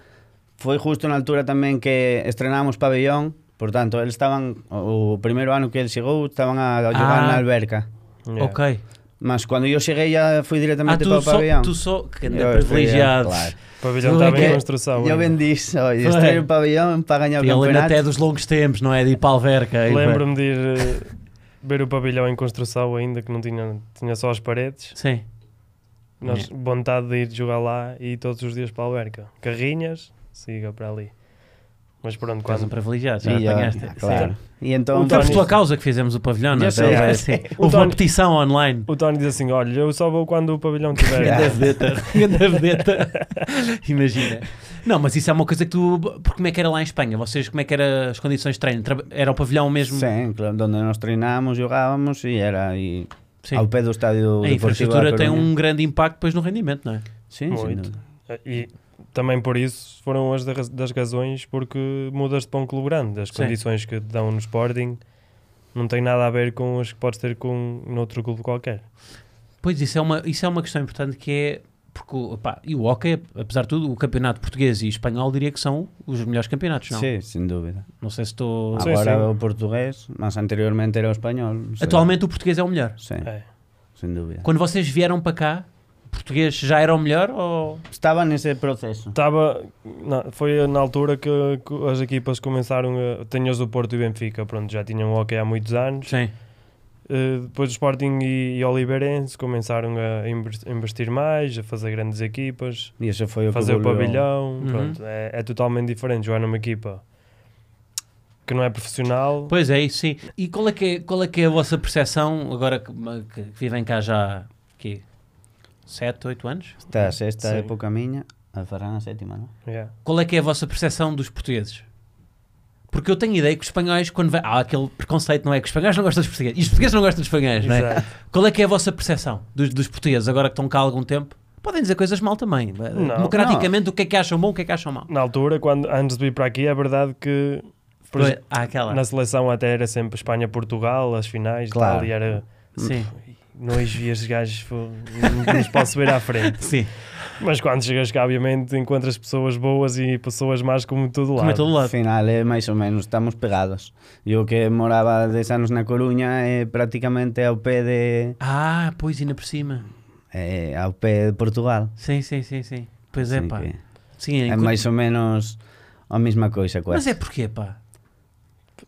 B: Foi justo na altura tamén que estrenamos pabellón, por tanto, eles estaban o o primeiro ano que el chegou, estaban a
A: Ah.
B: jogar na alberca.
C: Yeah.
A: Ok.
B: Mas cando eu cheguei já
A: Ah,
B: fui directamente
A: tu
B: para o
A: só,
B: pabellón.
A: tu só. Que
B: Eu
A: anda
B: era
A: privilegiado.
B: claro.
C: O pavilhão
A: Tudo é
C: estava
A: que
C: em
A: é-
C: construção.
B: Eu
C: ainda.
B: vendi isso, olha,
A: Foi.
B: estrei o pavilhão para ganhar É o
A: Eu lembro até
B: campeonato.
A: dos longos tempos, não é? De ir para a alverca. e-
C: Lembro-me de ir eh, ver o pavilhão em construção ainda, que não tinha, tinha só as paredes.
A: Sim.
C: Nós, vontade de ir jogar lá e ir todos os dias para a alberca. Carrinhas, siga para ali. Mas pronto,
A: Quase um
C: quando...
A: privilegiado, já
B: E, ó,
A: apanhaste.
B: ah, claro. E então,
A: Então, foi por
C: Tony-
A: tua causa que fizemos o pavilhão, não
B: Já
A: sei.
B: sei, já
A: assim.
B: sei.
A: Houve uma
C: Tony-
A: petição online.
C: O Tony diz assim, olha, eu só vou quando o pavilhão tiver.
A: Grande vedeta. Grande vedeta. Imagina. Não, mas isso é uma coisa que tu. Porque como é que era lá em Espanha? Vocês, como é que eram as condições de treino? Tra- Era o pavilhão mesmo?
B: sim, claro, onde nós treinámos, jogávamos e era aí
A: Sim.
B: ao pé do estádio
A: A
B: deportivo da
A: infraestrutura tem
B: Coruña.
A: um grande impacto depois no rendimento, não é?
B: Sim, sem
C: Muito.
B: dúvida.
C: E também por isso foram as da- das razões porque mudas para um clube grande. As
A: Sim.
C: condições que te dão no Sporting não têm nada a ver com as que podes ter com noutro clube qualquer.
A: Pois, isso é uma, isso é uma questão importante que é. Porque, o- opá, e o hockey, apesar de tudo, o campeonato português e espanhol diria que são os melhores campeonatos, não?
B: Sim, Ah, sem dúvida.
A: Não sei se estou.
C: Sim,
B: Agora
C: sim.
B: o português, mas anteriormente era o espanhol. não sei.
A: Atualmente o português é o melhor.
B: Sim,
C: É.
B: sem dúvida.
A: Quando vocês vieram para cá, o português já era o melhor ou.
B: Estava nesse processo.
C: Estava, na- foi na altura que, que as equipas começaram a. Tinhas o Porto e o Benfica, pronto, já tinham o hockey há muitos anos.
A: Sim.
C: Eh, depois o Sporting e, e o Oliveirense começaram a inves- investir mais, a fazer grandes equipas.
B: E isso foi o que
C: fazer o
B: evoluiu.
C: pavilhão,
A: Uhum.
C: pronto, é, é totalmente diferente jogar numa equipa que não é profissional.
A: Pois é, isso sim. E qual é que é, qual é, que é a vossa percepção, agora que, que vivem cá já quê? 7, 8 anos?
B: Está a sexta
C: Sim.
B: época minha, a Ferran a sétima, não?
C: Yeah.
A: Qual é que é a vossa percepção dos portugueses? Porque eu tenho ideia que os espanhóis, quando vêm. Há aquele preconceito, não é? Que os espanhóis não gostam dos portugueses. E os portugueses não gostam dos espanhóis, não é?
C: Exato.
A: Qual é que é a vossa percepção dos, dos portugueses, agora que estão cá há algum tempo? Podem dizer coisas mal também. Democraticamente, o que é que acham bom, o que é que acham mal?
C: Na altura, quando, antes de vir para aqui, é verdade que por exemplo,
A: há aquela.
C: na seleção até era sempre Espanha-Portugal, as finais
B: Claro.
C: e tal, e era
A: Sim.
C: não os vi esses gajos, fô, não, não os posso ver à frente.
A: Sim.
C: Mas quando chegas cá, obviamente, encontras pessoas boas e pessoas más como em todo
A: Como é
C: lado.
A: todo
B: Ao
A: lado.
B: final é máis ou menos, estamos pegados. Eu que moraba 10 anos na Coruña é prácticamente ao pé de
A: Ah, pois, ainda por cima.
B: é, ao pé de Portugal.
A: Sim, sim, sim, sim. Pois é,
B: Así
A: pá.
B: que
A: Sim,
B: é
A: enquanto-
B: máis ou menos a mesma coisa
A: Mas
B: quase.
A: é porquê, pá?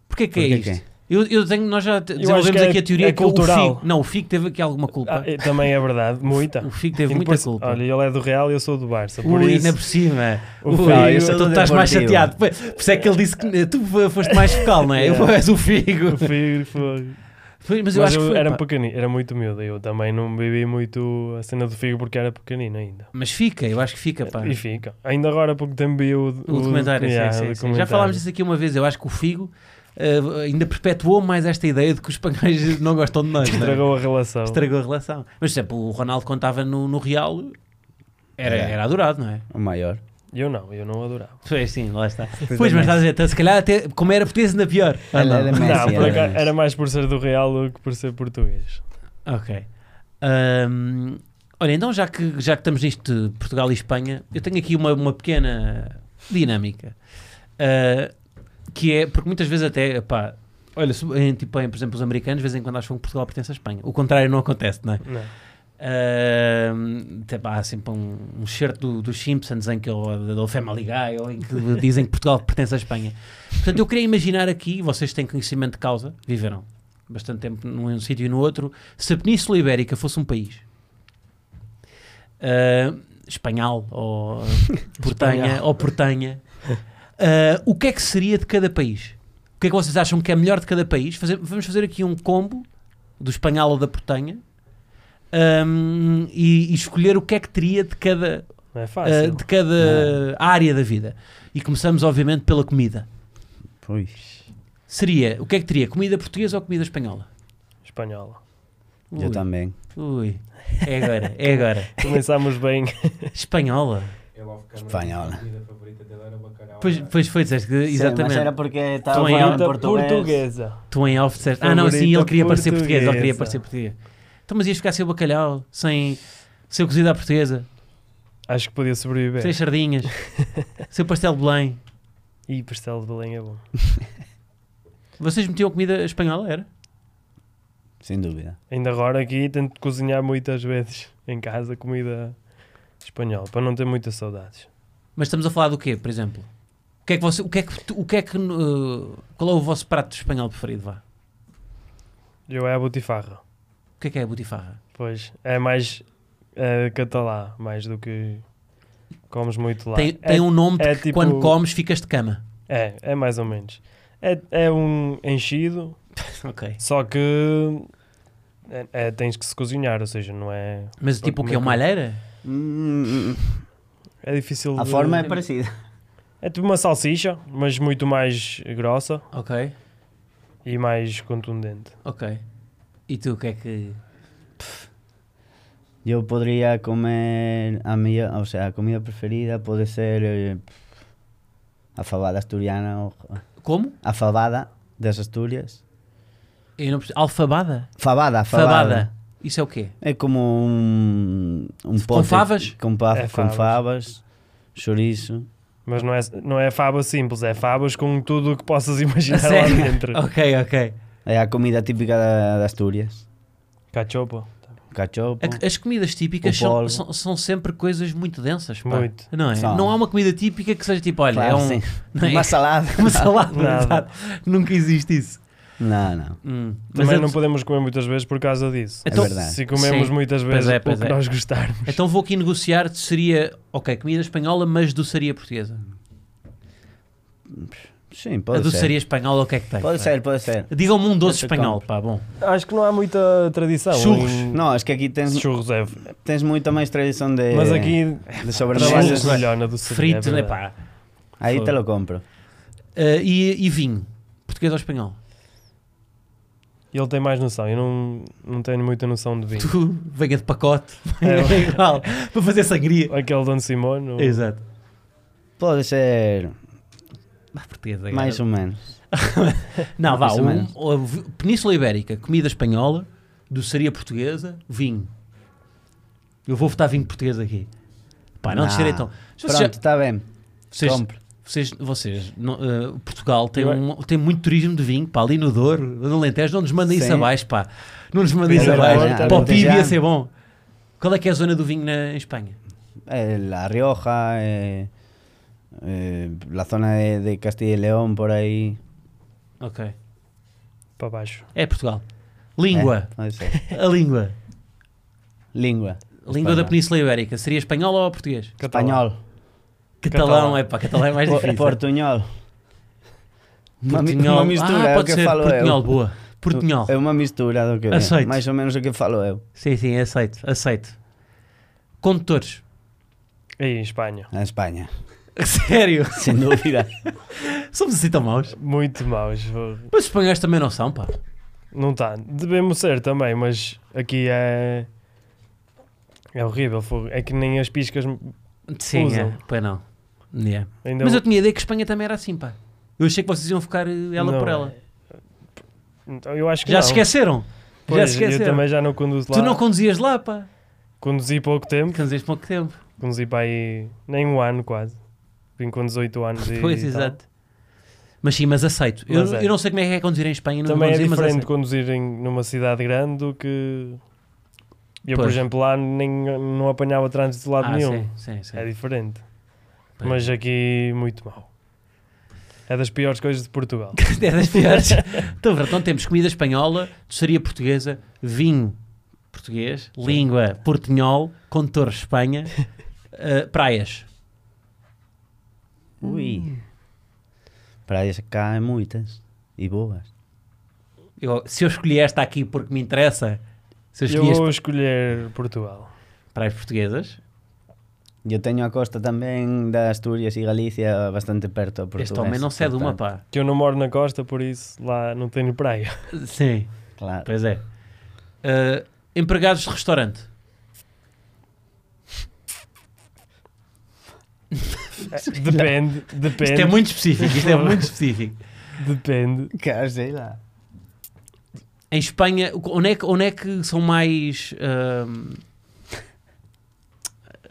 A: Porquê que é
B: Porquê
A: isto?
B: que
A: Eu, eu tenho, nós já te-
C: Eu
A: desenvolvemos
C: acho que é-
A: aqui a teoria
C: é
A: que o
C: cultural.
A: Figo... Não, o Figo teve aqui alguma culpa.
C: Ah, e também é verdade, muita.
A: O Figo teve
C: E
A: muita
C: depois-
A: culpa.
C: Olha, ele é do Real e eu sou do Barça. Por
A: Ui,
C: isso,
A: ainda por cima.
C: O
A: Ui,
C: Figo-
B: Ah, isso é
A: tu
B: tudo
A: estás mais
B: deportivo.
A: chateado. Por por isso é que ele disse que tu foste mais focal, não é? Eu
C: Yeah.
A: és o
C: o
A: Figo.
C: Figo foi.
A: Foi- Mas
C: Mas
A: eu acho que foi,
C: era um
A: pá.
C: pequenino, era muito humilde. Eu também não bebi muito a cena do Figo porque era pequenino ainda.
A: Mas fica, eu acho que fica, pá.
C: E fica. Ainda agora porque também o,
A: O documentário, sim,
C: yeah,
A: sim, sim.
C: o
A: Já
C: documentário.
A: falámos disso aqui uma vez. Eu acho que o Figo eh, ainda perpetuou mais esta ideia de que os espanhóis não gostam de nós. não é?
C: Estragou a relação.
A: Estragou a relação. Mas, por exemplo, o Ronaldo contava no, no Real, era,
B: Era.
A: era adorado, não é?
B: O maior.
C: Eu não, eu não adorava.
A: Pois sim, lá está.
B: Pois
A: Pois, mas
B: é, Messi.
A: estás a dizer, então, se calhar até como era português ainda pior. Ah,
B: Ela
A: não.
B: era Messi,
C: não, por
B: era
C: acaso,
B: Messi.
C: era mais por ser do Real do que por ser português.
A: Ok. Ahm, olha, então já que, já que estamos nisto de Portugal e Espanha, eu tenho aqui uma, uma pequena dinâmica. Ah, que é, porque muitas vezes até, pá, olha, se- em, tipo, em, por exemplo, os americanos de vez em quando acham que Portugal pertence à Espanha. O contrário não acontece, não é?
C: Não.
A: Ahm, até pá, há sempre um, um certo do- dos Simpsons em que ou do Family Guy ou em que dizem que Portugal pertence à Espanha. Portanto, eu queria imaginar aqui, vocês têm conhecimento de causa, viveram bastante tempo num sítio e no outro, se a Península Ibérica fosse um país ah, espanhol ou portanha,
C: Espanhol.
A: ou portanha ah, o que é que seria de cada país? O que é que vocês acham que é melhor de cada país? Fazer- vamos fazer aqui um combo do espanhol ou da portanha ahm, e, e escolher o que é que teria de cada,
C: Não é
A: ah,
C: fácil. é?
A: de cada área da vida. E começamos, obviamente, pela comida.
B: Pois.
A: Seria, o que é que teria? Comida portuguesa ou comida espanhola?
C: Espanhola.
B: Eu
A: Ui,
B: tamén.
A: ui. É agora, é agora.
C: Começámos bem.
A: Espanhola.
B: Española.
A: Pois, pois foi, disseste que, exatamente.
B: porque
A: Estou em
C: Fruta portuguesa.
A: Tu em off disseste, ah não, sim, ele
C: Favorita
A: queria parecer português, ele queria
C: portuguesa.
A: parecer português. Então, mas ias ficar sem o bacalhau, sem, sem o cozido à portuguesa,
C: Acho que podia sobreviver.
A: sem sardinhas, sem o pastel de Belém.
C: E pastel de Belém é bom.
A: Vocês metiam comida espanhola, era?
B: Sin dúbida.
C: Ainda agora aqui tento cozinhar muitas vezes em casa comida espanhola, para não ter muitas saudades.
A: Mas estamos a falar do quê, por exemplo? O que é que você, o que é que, tu- o que é que, uh, qual é o vosso prato espanhol preferido, vá?
C: Eu é a botifarra,
A: O que é que é a butifarra?
C: pois é mais eh, catalá, mais do que comes muito lá.
A: Tem,
C: é,
A: tem um nome de
C: é
A: que
C: tipo-
A: quando comes ficas de cama.
C: é, é mais ou menos. É, é um enchido,
A: Ok.
C: só que é, é, tens que se cozinhar, ou seja, não é.
A: Mas tipo o que é uma alheira?
C: É difícil.
B: A
C: de-
B: forma é parecida.
C: É tipo uma salsicha, mas muito mais grossa
A: Ok,
C: e mais contundente.
A: ok. E tu o que é que...
B: Eu podría comer a miña, o sea, a comida preferida pode ser eh, a fabada asturiana ou
A: Como?
B: a fabada das Asturias.
A: Eu não perce- Alfabada?
B: Fabada, fabada.
A: Fabada. Isso é o quê?
B: É como um, un un
A: Con favas?
B: Con, pa-
C: É,
B: con
C: favas.
B: favas, chouriço.
C: Mas não é, não é faba simples, é fabas com tudo o que possas imaginar lá
A: Sério?
C: dentro.
A: Ok, ok.
B: É a comida típica da, de Asturias.
C: Cachopa.
B: Cachopo.
A: A- As comidas típicas
B: O
A: são,
B: polvo.
A: são, são sempre coisas muito densas, pá.
C: Muito.
A: Não é?
B: São.
A: Não há uma comida típica que seja tipo, olha,
B: Claro,
A: é um...
B: sim.
A: não é?
B: Uma salada.
A: Uma salada,
C: Nada.
A: exato. Nunca existe isso.
B: Não, não.
A: Hum, mas
C: Também
A: eu-
C: não podemos comer muitas vezes por causa disso.
A: Então-
B: é verdade.
C: Se comemos
A: Sim.
C: muitas
A: Pois
C: vezes
A: é,
C: o
A: pois
C: que
A: é.
C: nós gostarmos.
A: Então vou aqui negociar, seria, ok, comida espanhola, mas doçaria portuguesa.
B: Sim,
A: a
B: pode
A: doçaria
B: ser.
A: espanhola, o que é que tem?
B: Pode ser, pode ser.
A: Digam-me um doce
B: Eu te
A: espanhol,
B: compro.
A: pá, bom.
C: Acho que não há muita tradição.
A: Churros.
C: em-
B: Não, É. es que aquí tens,
C: Churros é.
B: tens muita mais tradição de,
C: Mas aqui
B: de
C: trabalhas
B: sobremesas.
A: Churros.
C: melhor na do é
A: Frito, né, pá.
B: Aí te lo compro.
A: Ah, e, e vinho, português ou espanhol?
C: Ele tem mais noção. Eu não, não tenho muita noção de vinho.
A: Tu, venha de pacote,
C: É.
A: é igual, para fazer sangria.
C: Aquele Don Simone. o-
A: Exato.
B: Pode ser
A: Ah, portuguesa,
B: mais é.
A: cara.
B: ou menos.
A: Não, vá,
B: mais ou
A: um-
B: menos.
A: o- v- Península Ibérica, comida espanhola, doçaria portuguesa, vinho. Eu vou votar vinho português aqui. Pá, não
B: Nah.
A: descer então. Já- já-
B: Pronto, está bem.
A: Vocês,
B: Compre.
A: vocês, vocês não, eh, Portugal tem,
C: Eu-
A: um- tem muito turismo de vinho, pá, ali no Douro, no Alentejo, não nos mandem isso
B: Sim.
A: abaixo, pá. Não nos mandem
C: É
A: isso
C: verdade,
A: abaixo.
C: é
A: Para o
B: verdade.
A: PIB ia
B: Já.
A: ser bom. Qual é que é a zona do vinho na, em Espanha?
B: Eh, La Rioja, eh, eh, la zona de, de Castilla y León, por ahí.
A: Ok.
C: para baixo.
A: É Portugal. Língua.
B: Eh, pode ser.
A: A língua.
B: Língua.
A: Língua da
B: Espanha.
A: Península Ibérica. Seria espanhol ou português?
C: Catalão.
B: Espanhol.
A: Catalão,
C: Catalão.
A: é pá, catalão é mais
B: Po-
A: difícil.
B: Portuñol. Uma mi-
A: Portunhol.
B: Uma mistura,
A: ah,
B: é o
A: pode
B: que
A: ser
B: falo
A: portunhol,
B: eu.
A: boa. Portunhol.
B: É uma mistura do que
A: Aceito.
B: mais ou menos o que falo eu.
A: Sim, sim, aceito, aceito. Condutores.
C: Aí, É em Espanha.
B: Na Espanha,
A: Sério?
B: sem dúvida.
A: Somos assim tão maus.
C: Muito maus. vou-
A: Mas os espanhóis também não são, pá.
C: Não está. Devemos ser também, mas aqui é. É horrível. fogo. É que nem as piscas.
A: Sim,
C: Usam.
A: é. pois não. Yeah.
C: Ainda
A: Mas eu tinha ideia que Espanha também era assim, pá. Eu achei que vocês iam ficar eh, ela
C: Não,
A: por ela.
B: é.
C: Então, eu acho que
A: Já
C: não.
A: se esqueceram?
C: Pois,
A: já se esqueceram.
C: Eu também já não conduzo lá.
A: Tu não conduzias lá, pá.
C: Conduzi pouco tempo.
A: Conduziste pouco tempo.
C: Conduzi para aí nem um ano quase. Vim com 18 anos e.
A: pois,
C: e tal.
A: exato. Mas sim, mas aceito. Eu,
C: Mas é.
A: eu não sei como é que é conduzir em Espanha. Não
C: Também é
A: conduzi, mas assim.
C: diferente
A: aceito.
C: conduzir em- numa cidade grande do que. Eu, por
A: Pois.
C: exemplo, lá nem, não apanhava trânsito de lado
A: ah,
C: nenhum.
A: sim, sim, sim.
C: É diferente.
A: Pois.
C: Mas aqui, muito mal. É das piores coisas de Portugal.
A: É das piores. então, pronto, então temos comida espanhola, doçaria portuguesa, vinho português, língua portunhol, condutor Espanha, eh, praias.
B: Ui. Praias cá há muitas e boas.
A: Eu- se eu escolhi esta aqui porque me interessa, se eu
C: Eu
A: escolhi
C: vou
A: as
C: escolher Portugal.
A: praias portuguesas,
B: Eu tenho a costa também da Astúrias e Galícia bastante perto. Portugal,
A: este homem não cede uma pá.
C: Que eu não moro na costa, por isso lá não tenho praia.
A: Sim,
B: Claro.
A: pois é. Eh, empregados de restaurante.
C: É, Depende, depende.
A: Isto é muito específico, isto é muito específico.
C: Depende.
B: Cara, sei lá.
A: Em Espanha, o- onde é que, onde é que são mais. ahm,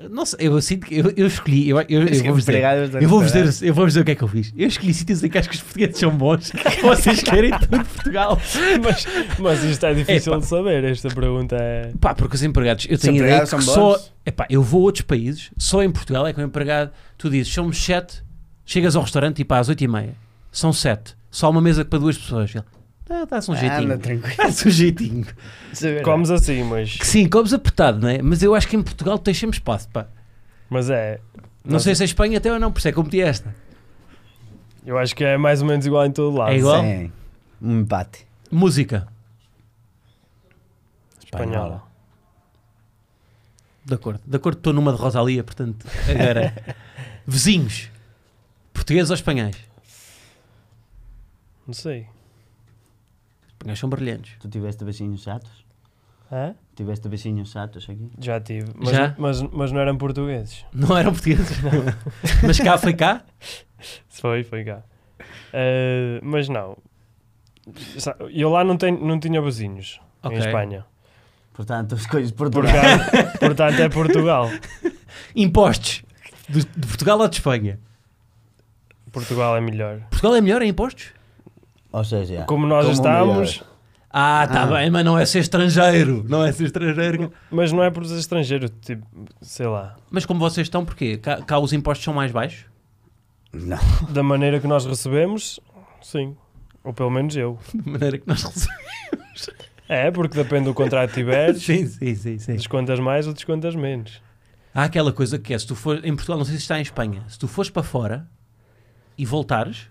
A: Não sei, eu sinto que eu, eu escolhi. Eu, eu, eu vou-vos dizer,
B: Empregados da
A: eu vou-vos
B: restaurante.
A: dizer, eu vou-vos dizer o que é que eu fiz. Eu escolhi sítios em que acho que os portugueses são bons. Vocês querem tudo de Portugal.
C: Mas, mas isto é difícil
A: Epá.
C: de saber. Esta pergunta é.
A: Pá, porque os empregados, eu
B: Os
A: tenho ideia
B: empregados
A: que
B: são
A: só.
B: bons?
A: Epá, eu vou a outros países, só em Portugal é que o empregado, tu dizes, somos sete, chegas ao restaurante tipo às oito e meia, são sete, só há uma mesa para duas pessoas. Ele, "Ah, dá-se um
B: Anda,
A: jeitinho.
B: tranquilo.
A: Dá-se um jeitinho.
C: Comes assim, mas.
A: Que sim, comes apertado, não é? Mas eu acho que em Portugal tens sempre espaço, pá.
C: Mas é.
A: Não sei se em Espanha até ou não, por isso é que eu meti esta.
C: Eu acho que é mais ou menos igual em todo lado.
A: É igual?
B: Sim. Um empate.
A: Música.
C: Espanhola.
A: De acordo. De acordo, estou numa de Rosalia, portanto, agora. Vizinhos. Portugueses ou espanhóis?
C: Não sei.
A: Os espanhóis são brilhantes.
B: Tu tiveste vizinhos chatos?
C: Hã?
B: Tiveste vizinhos chatos aqui?
C: Já tive. Mas,
A: Já?
C: Mas, mas não eram portugueses.
A: Não eram portugueses. Mas cá foi cá.
C: Foi, foi cá. Eh, mas não. Sa- Eu lá não, tenho, não tinha vizinhos.
A: Ok.
C: Em Espanha.
B: Portanto, as coisas portuguesas.
C: Portanto, portanto, é Portugal.
A: Impostos. De, de Portugal ou de Espanha?
C: Portugal é melhor.
A: Portugal é melhor em impostos?
B: Ou seja,
C: Como nós
B: como
C: estamos,
A: Ah, tá
B: Ah.
A: bem, mas não é ser estrangeiro. Não é ser estrangeiro.
C: mas não é por ser estrangeiro. Tipo, sei lá.
A: Mas como vocês estão, porquê? Cá, cá os impostos são mais baixos?
B: Não.
C: Da maneira que nós recebemos, sim. Ou pelo menos eu.
A: De maneira que nós
C: É, porque depende do contrato que tiveres.
A: Sim, sim, sim, sim.
C: Descontas mais ou descontas menos.
A: Há aquela coisa que é, se tu for em Portugal, não sei se está em Espanha, se tu fores para fora e voltares,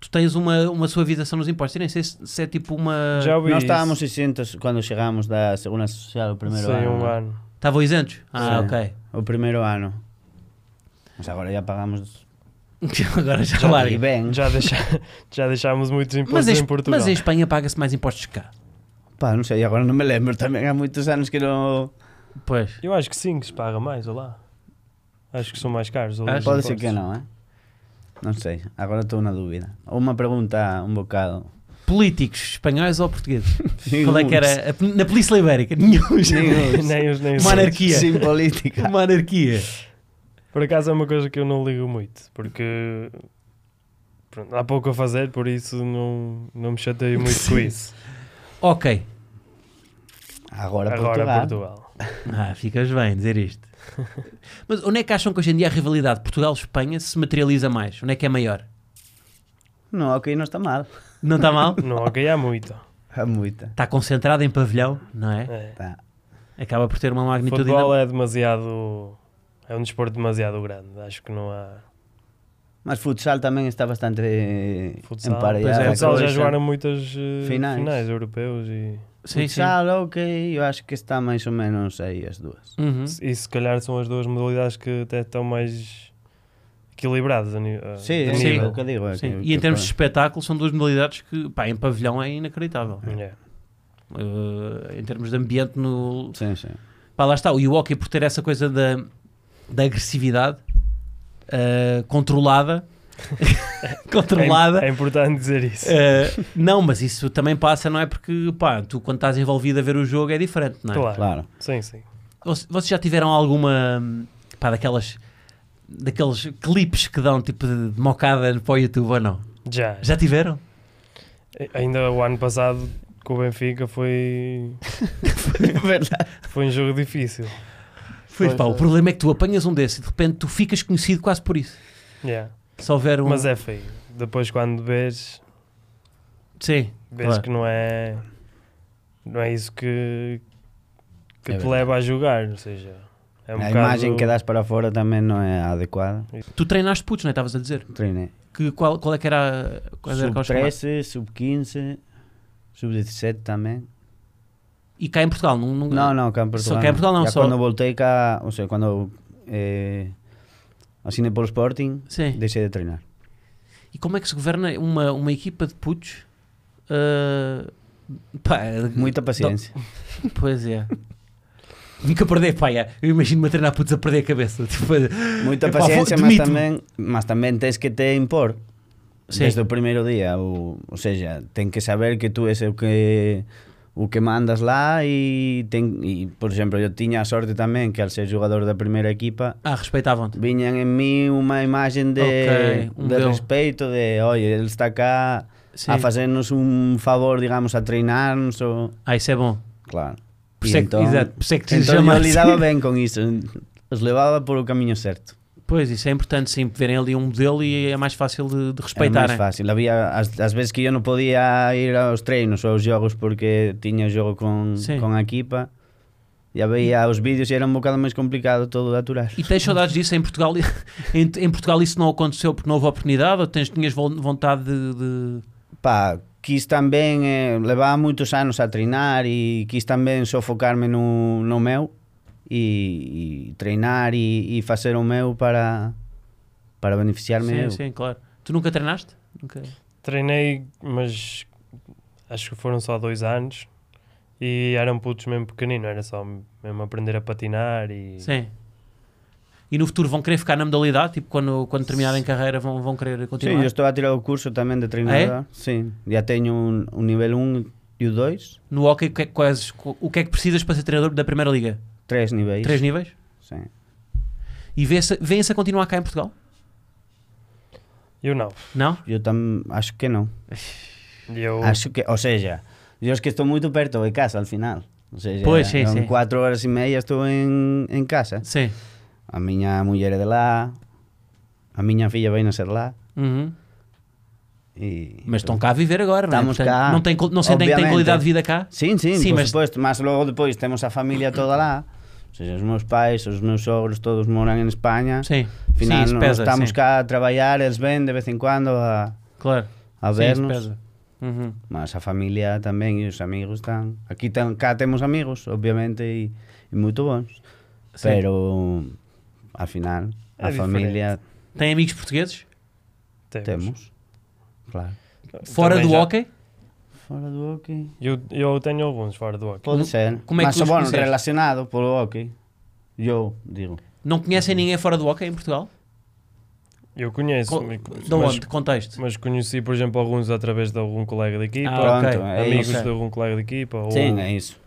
A: tu tens uma, uma suavização nos impostos. Eu nem sei se, se é tipo uma.
C: Já ouvi
B: Nós
C: isso.
B: estábamos 600 quando chegámos da Segurança Social o primeiro
C: Sim,
B: ano.
C: um
A: né?
B: não?
C: ano.
A: Estavam isentos? Ah,
B: Sim.
A: ok.
B: O primeiro ano. Mas agora já pagamos
A: Agora já,
B: já
A: larga.
B: e bem.
C: Já, deixa, já deixámos muitos impostos
A: Mas, em,
C: em Portugal.
A: mas em Espanha paga-se mais impostos que cá.
B: Pá, não sei, agora não me lembro. Também há muitos anos que não...
A: Pois.
C: Eu acho que sim, que se paga mais, ou lá. Acho que são mais caros. ou
A: Acho.
C: os
B: Pode ser
C: impostos.
B: que não, eh? Não sei, agora estou na dúvida. Uma pergunta um bocado...
A: Políticos, espanhóis ou portugueses? Qual é que era? a- na Polícia Ibérica? Nenhum.
B: Nenhum.
C: nem os, nem os
A: Uma anarquia.
B: Sem política.
A: Uma anarquia.
C: Por acaso é uma coisa que eu não ligo muito, porque pronto, há pouco a fazer, por isso não, não me chateio muito com isso.
A: Ok.
B: Agora,
C: Agora
B: Portugal.
C: Portugal.
A: Ah, ficas bem dizer isto. Mas onde é que acham que hoje em dia a rivalidade Portugal-Espanha se materializa mais? Onde é que é maior?
B: No, ok, não está mal.
A: Não está mal?
C: Não ok há muito.
B: Há muita.
A: Está Tá concentrado em pavilhão, não é?
C: É.
B: Tá.
A: Acaba por ter uma magnitude
C: Futebol
A: ainda-
C: é demasiado. É um desporto demasiado grande. Acho que não há.
B: Mas futsal também está bastante eh,
C: Futsal,
A: Pois é,
B: emparelhado.
C: futsal já
B: Coisa.
C: jogaram muitas eh,
B: Finais.
C: finais. europeus e,
A: Sim, sim.
B: Futsal, ok, eu acho que está mais ou menos aí as duas.
A: Uhum.
C: e se calhar são as duas modalidades que até estão mais equilibradas a, ni- a-
B: Sim,
C: a
A: sim.
B: é
C: nível.
B: o que eu digo. é
A: Sim.
B: que-
A: E em
B: que
A: termos de
B: pronto.
A: espetáculo, são duas modalidades que, pá, em pavilhão é inacreditável.
C: Yeah.
A: Eh, em termos de ambiente, no...
B: Sim, sim.
A: pá, lá está. E o hockey, por ter essa coisa da, da agressividade eh, controlada, controlada,
C: É, im- é importante dizer isso.
A: Uh, não, mas isso também passa, não é? Porque, pá, tu quando estás envolvido a ver o jogo é diferente, não é?
C: Claro.
B: Claro.
C: Sim, sim.
A: Voc- Vocês já tiveram alguma, hum, pá, daquelas, daqueles clipes que dão tipo de de mocada para o YouTube ou não?
C: Já.
A: Já tiveram?
C: Ainda o ano passado com o Benfica foi. foi um jogo difícil.
A: Pois,
B: Foi,
A: pá, o
B: foi.
A: problema é que tu apanhas um desse e de repente tu ficas conhecido quase por isso.
C: Yeah.
A: Se houver um...
C: Mas é feio. Depois quando vês,
A: Sim,
C: vês
A: Claro.
C: que não é. Não é isso que, que
B: É
C: te
B: verdade.
C: leva a jogar. Ou seja, é um
B: a
C: bocado-
B: imagem que das para fora também não é adequada.
A: tu treinaste putos, não é? Estavas a dizer.
B: Treinei.
A: Que qual, qual é que era... Quais eram aquelas formações?
B: Sub-13, sub-15, sub-17 também.
A: E cá em Portugal? Não, não...
B: Não, não, cá em
A: Só
B: Portugal.
A: cá em Portugal não,
B: Já
A: só-
B: quando voltei cá, ou seja, quando eh, assinei pelo Sporting,
A: Sim.
B: deixei de treinar.
A: E como é que se governa uma, uma equipa de putos? Ah, pá,
B: Muita paciência.
A: não- pois é. Nunca perder, pá, é. eu imagino-me a treinar putos a perder a cabeça. Tipo,
B: Muita
A: Epá,
B: paciência,
A: vou-
B: mas
A: demito-me.
B: também, mas também tens que te impor.
A: Sim.
B: Desde o primeiro día, ou, ou seja, ten que saber que tú és o que o que mandas lá e, ten, e por exemplo, eu tiña a sorte tamén que al ser jugador da primeira equipa
A: Ah, respeitavam-te.
B: viñan en mí unha imaxe de,
A: Ok, un
B: de
A: deu.
B: respeito de, oye, ele está cá
A: Sim.
B: a facernos un favor, digamos, a treinarnos ou...
A: Ah, isso é bom.
B: Claro.
A: Por
B: E
A: isso é que- exato, por isso é que se
B: entón
A: chama
B: eu
A: assim.
B: lidaba ben con iso, os levaba por o camiño certo.
A: Pois, isso é importante, sim, verem ali um modelo e é mais fácil de, né? de
B: Era máis
A: respeitarem.
B: É fácil. Había as, as veces que eu non podía ir aos treinos ou aos xogos porque tiña o xogo con,
A: Sí.
B: con a equipa. Ya veía os vídeos e era un bocado máis complicado todo de aturar.
A: E tens saudades disso em Portugal? em, em Portugal isso não aconteceu porque não houve oportunidade ou tens, tinhas vol- vontade de... de-
B: Pá, quis tamén, eh, levaba moitos anos a treinar e quis tamén só focarme no, no meu e, e treinar e, e facer o meu para para beneficiarme
A: Sim,
B: eu.
A: sim, claro. Tu nunca treinaste? Nunca.
C: Treinei, mas acho que foram só dois anos. E eram putos mesmo pequenino, era só mesmo aprender a patinar e
A: Sim. E no futuro vão querer ficar na modalidade? Tipo, quando, quando terminarem carreira vão, vão querer
B: Sí,
A: continuar? Ah,
B: eu estou a tirar o curso tamén de treinador. Sí, ya teño un, un nivel 1 e o 2.
A: No hockey, o que, é, que quais- o que é que precisas para ser treinador da Primeira Liga?
B: Tres niveis.
A: Três níveis?
B: Sim.
A: E vê-se- vêem-se a continuar cá em Portugal?
C: eu não.
A: Não?
B: Eu tam acho que non.
C: Eu,
B: Acho que, ou seja, eu es que estou moito perto de casa al final. Ou seja,
A: Pois, sí,
B: en
A: sí.
B: cuatro horas e meia estou en, en casa.
A: Sim.
B: A miña muller é de lá, a miña filla vai nacer lá.
A: Uhum.
B: E...
A: Mas estão cá a viver agora, não é?
B: Estamos
A: Portanto,
B: cá.
A: Não, tem, não sentem que têm
B: Obviamente.
A: qualidade de vida cá?
B: Sim, sim,
A: Sim,
B: por
A: mas-
B: suposto. Mas logo depois temos a familia toda lá. Ou seja, os meus pais, os meus sogros, todos moran en España.
A: Sim.
B: Al final
A: sim, isso
B: nós
A: pesa.
B: estamos
A: sim.
B: cá a traballar, eles ven de vez en quando a,
A: Claro. Sim,
B: a
A: isso
B: vernos.
A: pesa. Uhum.
B: Mas a familia tamén e os amigos están... Aquí tan, cá temos amigos, obviamente, e, e moito bons.
A: Sim.
B: Pero, al final,
C: É
B: a familia
A: Têm amigos portugueses?
B: temos. Claro.
A: Fora
C: Também
A: do
C: já-
A: hockey?
B: Fora do hockey...
C: Eu, eu tenho alguns fora do hockey.
B: Pode ser.
A: como é que
B: Mas,
A: os
B: bom,
A: conheceste?
B: relacionado polo hockey, eu digo.
A: Não conhecem ninguém fora do hockey em Portugal?
C: Eu conheço,
A: Co-
C: mas,
A: de onde? Contexto.
C: mas conheci, por exemplo, alguns através de algum colega da equipa,
A: Ah,
B: Pronto,
A: ok.
B: é
C: amigos
B: isso.
A: ok.
C: Oh. de algum colega da equipa, ou
B: Sim, é isso.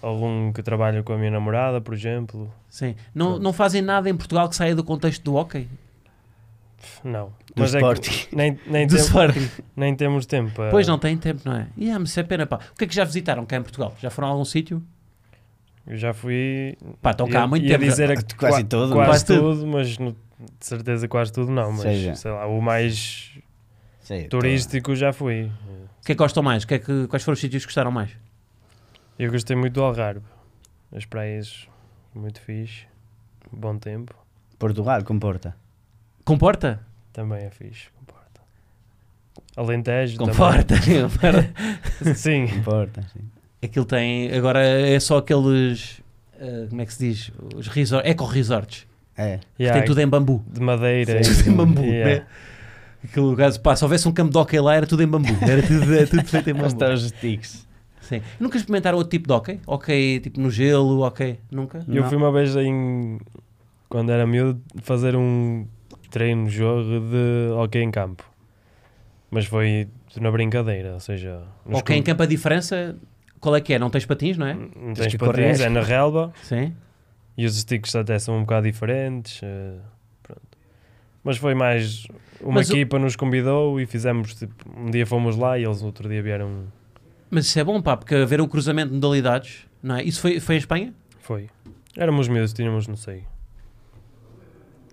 C: Algum que trabalha com a minha namorada, por exemplo.
A: Sim. Não, não fazem nada em Portugal que saia do contexto do hockey?
C: Não.
B: Do
C: é
B: Sporting.
C: que nem, nem,
A: Do
C: tem-
A: Sporting?
C: nem temos tempo. para-
A: Pois não têm tempo, não é? E é, mas isso é pena, pá. O que é que já visitaram cá em Portugal? Já foram a algum sítio?
C: Eu já fui.
A: Pá, estão cá há
C: ia-
A: muito
C: ia
A: tempo.
C: dizer
B: Ah,
C: que
B: quase
C: qua-
B: tudo,
C: Quase,
A: quase tudo.
C: tudo, mas no- de certeza quase tudo não. Mas
B: Seja.
C: sei lá, o mais
B: Sim,
A: Então-
C: turístico já fui.
A: O que é que gostam mais? O que é que, quais foram os sítios que gostaram mais?
C: Eu gostei muito do Algarve. As praias muito fixe. Bom tempo.
B: toda- Portugal comporta.
A: Comporta?
C: Também é fixe. Comporta. Alentejo
A: Comporta. Comporta.
C: também. Sim.
B: Comporta, sim.
A: Aquilo tem. Agora é só aqueles. ah, como é que se diz? Os resort, eco-resorts.
B: É.
A: que
C: Yeah,
A: tem tudo em bambu.
C: De madeira.
B: Sim.
C: e-
A: Tudo em bambu,
C: yeah.
A: né? Aquilo, caso, pá, se houvesse um campo de hockey lá, era tudo em bambu. Era tudo, era tudo feito em
B: Lá
A: bambu.
B: estão os sticks.
A: Sim. Nunca experimentaram outro tipo de hockey? Hockey tipo no gelo, hockey? Nunca?
C: Eu
B: Não.
C: fui uma vez em. Quando era miúdo, fazer um treino, jogo de hockey em campo. Mas foi na brincadeira, ou seja. nos
A: Hockey em
C: clubes-
A: campo, a diferença, qual é que é? Não tens patins, não é?
C: Não
B: Tens
C: tens
B: que
C: patins,
B: correr.
C: é na relva.
A: Sim.
C: E os sticks até são um bocado diferentes. eh, pronto. Mas foi mais. Uma
A: Mas o-
C: equipa nos convidou e fizemos. Tipo, um dia fomos lá e eles no outro dia vieram.
A: Mas isso é bom, pá, porque haver o cruzamento de modalidades, não é? Isso foi, foi em Espanha?
C: Foi. Éramos miúdos, tínhamos, não sei.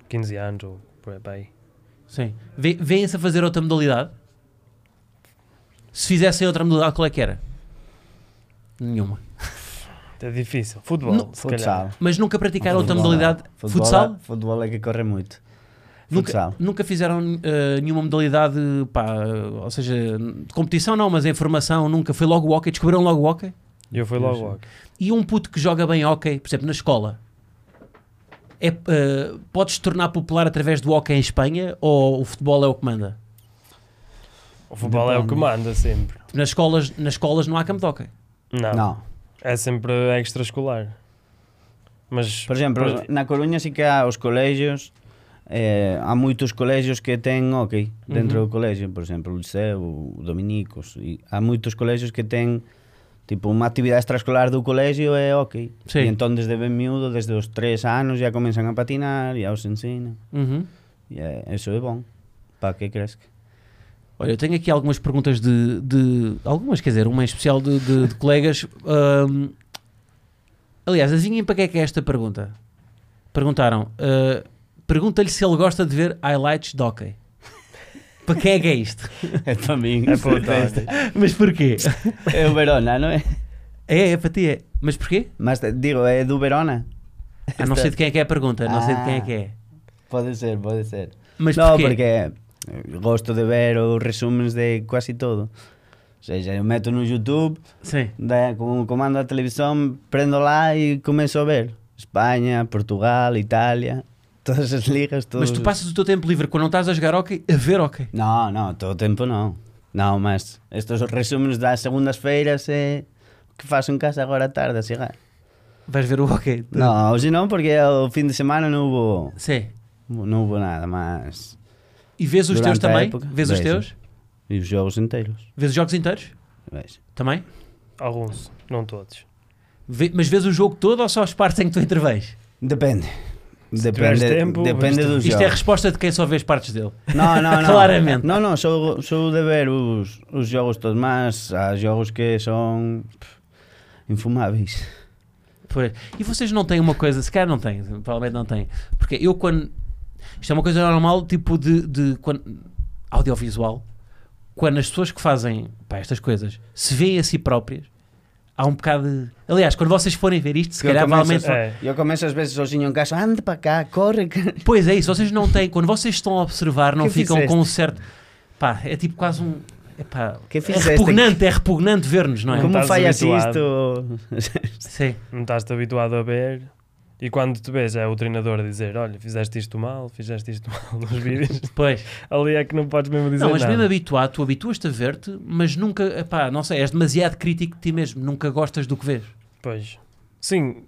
C: 15 anos ou por aí.
A: Sim. Vê- Vêem-se a fazer outra modalidade? Se fizessem outra modalidade, qual é que era? Nenhuma.
C: É difícil. Futebol,
A: Não,
C: se calhar.
B: Futsal.
A: Mas nunca praticaram outra
B: Futebol,
A: modalidade?
B: futebol,
A: Futsal?
B: Futebol é que corre muito.
A: Nunca,
B: Futsal.
A: nunca fizeram eh, nenhuma modalidade, pá, ou seja, de competição não, mas em formação nunca. Foi logo o hockey, descobriram logo o hockey.
C: E eu fui logo logo.
A: E um puto que joga bem hockey, por exemplo, na escola, é, eh, pode-se tornar popular através do hockey em Espanha ou o futebol é o que manda?
C: O futebol é o que manda sempre.
A: Nas escolas, nas escolas não há campo de hockey.
C: Não.
B: Não.
C: É sempre extraescolar. Mas.
B: Por exemplo,
C: mas-
B: na Coruña sí que há os colegios, eh, há moitos colegios que ten hockey dentro do colegio, por exemplo, o Liceu, o Dominicos, e há moitos colegios que ten tipo unha actividade extraescolar do colegio é hockey.
A: Sí.
B: E entón desde ben miúdo, desde os tres anos já comenzan a patinar, já os ensina.
A: Uhum.
B: E é, eso é bom. Para que crezca.
A: Olha, eu tenho aqui algumas perguntas de. de- algumas, quer dizer, uma em especial de, de- de colegas. Ahm, aliás, adivinhem para que é que é esta pergunta? Perguntaram. ah, Pergunta-lhe se ele gosta de ver highlights de hockey. para que é que é isto?
B: É para min.
C: É para o Tony.
A: Mas porquê?
B: É o Verona, non é?
A: É, é para ti, é. Mas porquê?
B: Mas te- digo, é do Verona.
A: Ah, não sei de quem é que é a pergunta, não sei de quem é que é.
B: Pode ser, pode ser.
A: Mas
B: no,
A: porquê?
B: porque é eh, gosto de ver os resúmenes de quase todo. Ou seja, eu meto no YouTube,
A: Sim.
B: da, com o comando da televisão, prendo lá e começo a ver. Espanha, Portugal, Itália, todas as ligas, todos...
A: Mas tu passas o teu tempo livre quando não estás a jogar hockey a ver hockey.
B: Não, não, todo o tempo não. Não, mas estes resúmenes das segundas-feiras é o que faço em casa agora à tarde, a chegar.
A: Vais ver o hockey.
B: Não, hoje não, porque o fim de semana não hubo,
A: Sim.
B: não hubo nada, mas...
A: E vês os teus
B: Durante a
A: também?
B: época,
A: Vês os
B: vejo.
A: teus?
B: E os jogos inteiros,
A: Vês os jogos inteiros?
B: vejo.
A: Também?
C: Alguns, não todos.
A: Vê- mas vês o jogo todo ou só as partes em que tu intervens?
B: Depende.
C: tiveres
B: Depende,
C: tempo,
B: depende
C: vês
B: do
A: Isto
B: jogo.
A: é a resposta de quem só vê as partes dele.
B: No, no, no.
A: Claramente.
B: No, no, sou, sou de ver os, os xogos todos máis, há xogos que son pff, infumáveis.
A: Pois. E vocês não têm uma coisa, se calhar não têm, provavelmente não têm. Porque eu quando. Isto é uma coisa normal, tipo de. de quando- audiovisual. Quando as pessoas que fazem pá, estas coisas se veem a si próprias, há um bocado de. Aliás, quando vocês forem ver isto, se
B: Que eu
A: calhar
B: começo-
A: provavelmente.
C: É.
B: Eu começo ás veces sozinho en casa, anda para cá, corre. que-".
A: Pois é, isso, vocês não têm. Quando vocês estão a observar, não
B: assim. Que
A: ficam
B: fizeste?
A: com um certo. Pá, é tipo quase um. epá,
B: Que
A: é
B: fizeste?
A: repugnante, é repugnante ver-nos, não é?
B: Como
C: estás
B: fallas isto?
C: habituado.
A: Sim.
C: Não estás-te habituado a ver. E quando te vês, é o treinador a dizer: Olha, fizeste isto mal, fizeste isto mal nos vídeos.
A: Pois.
C: Ali é que não podes mesmo dizer
A: Não, mas
C: nada.
A: mesmo habituado, tu habituas-te a ver-te, mas nunca, epá, não sei, és demasiado crítico de ti mesmo, nunca gostas do que vês.
C: Pois. Sim.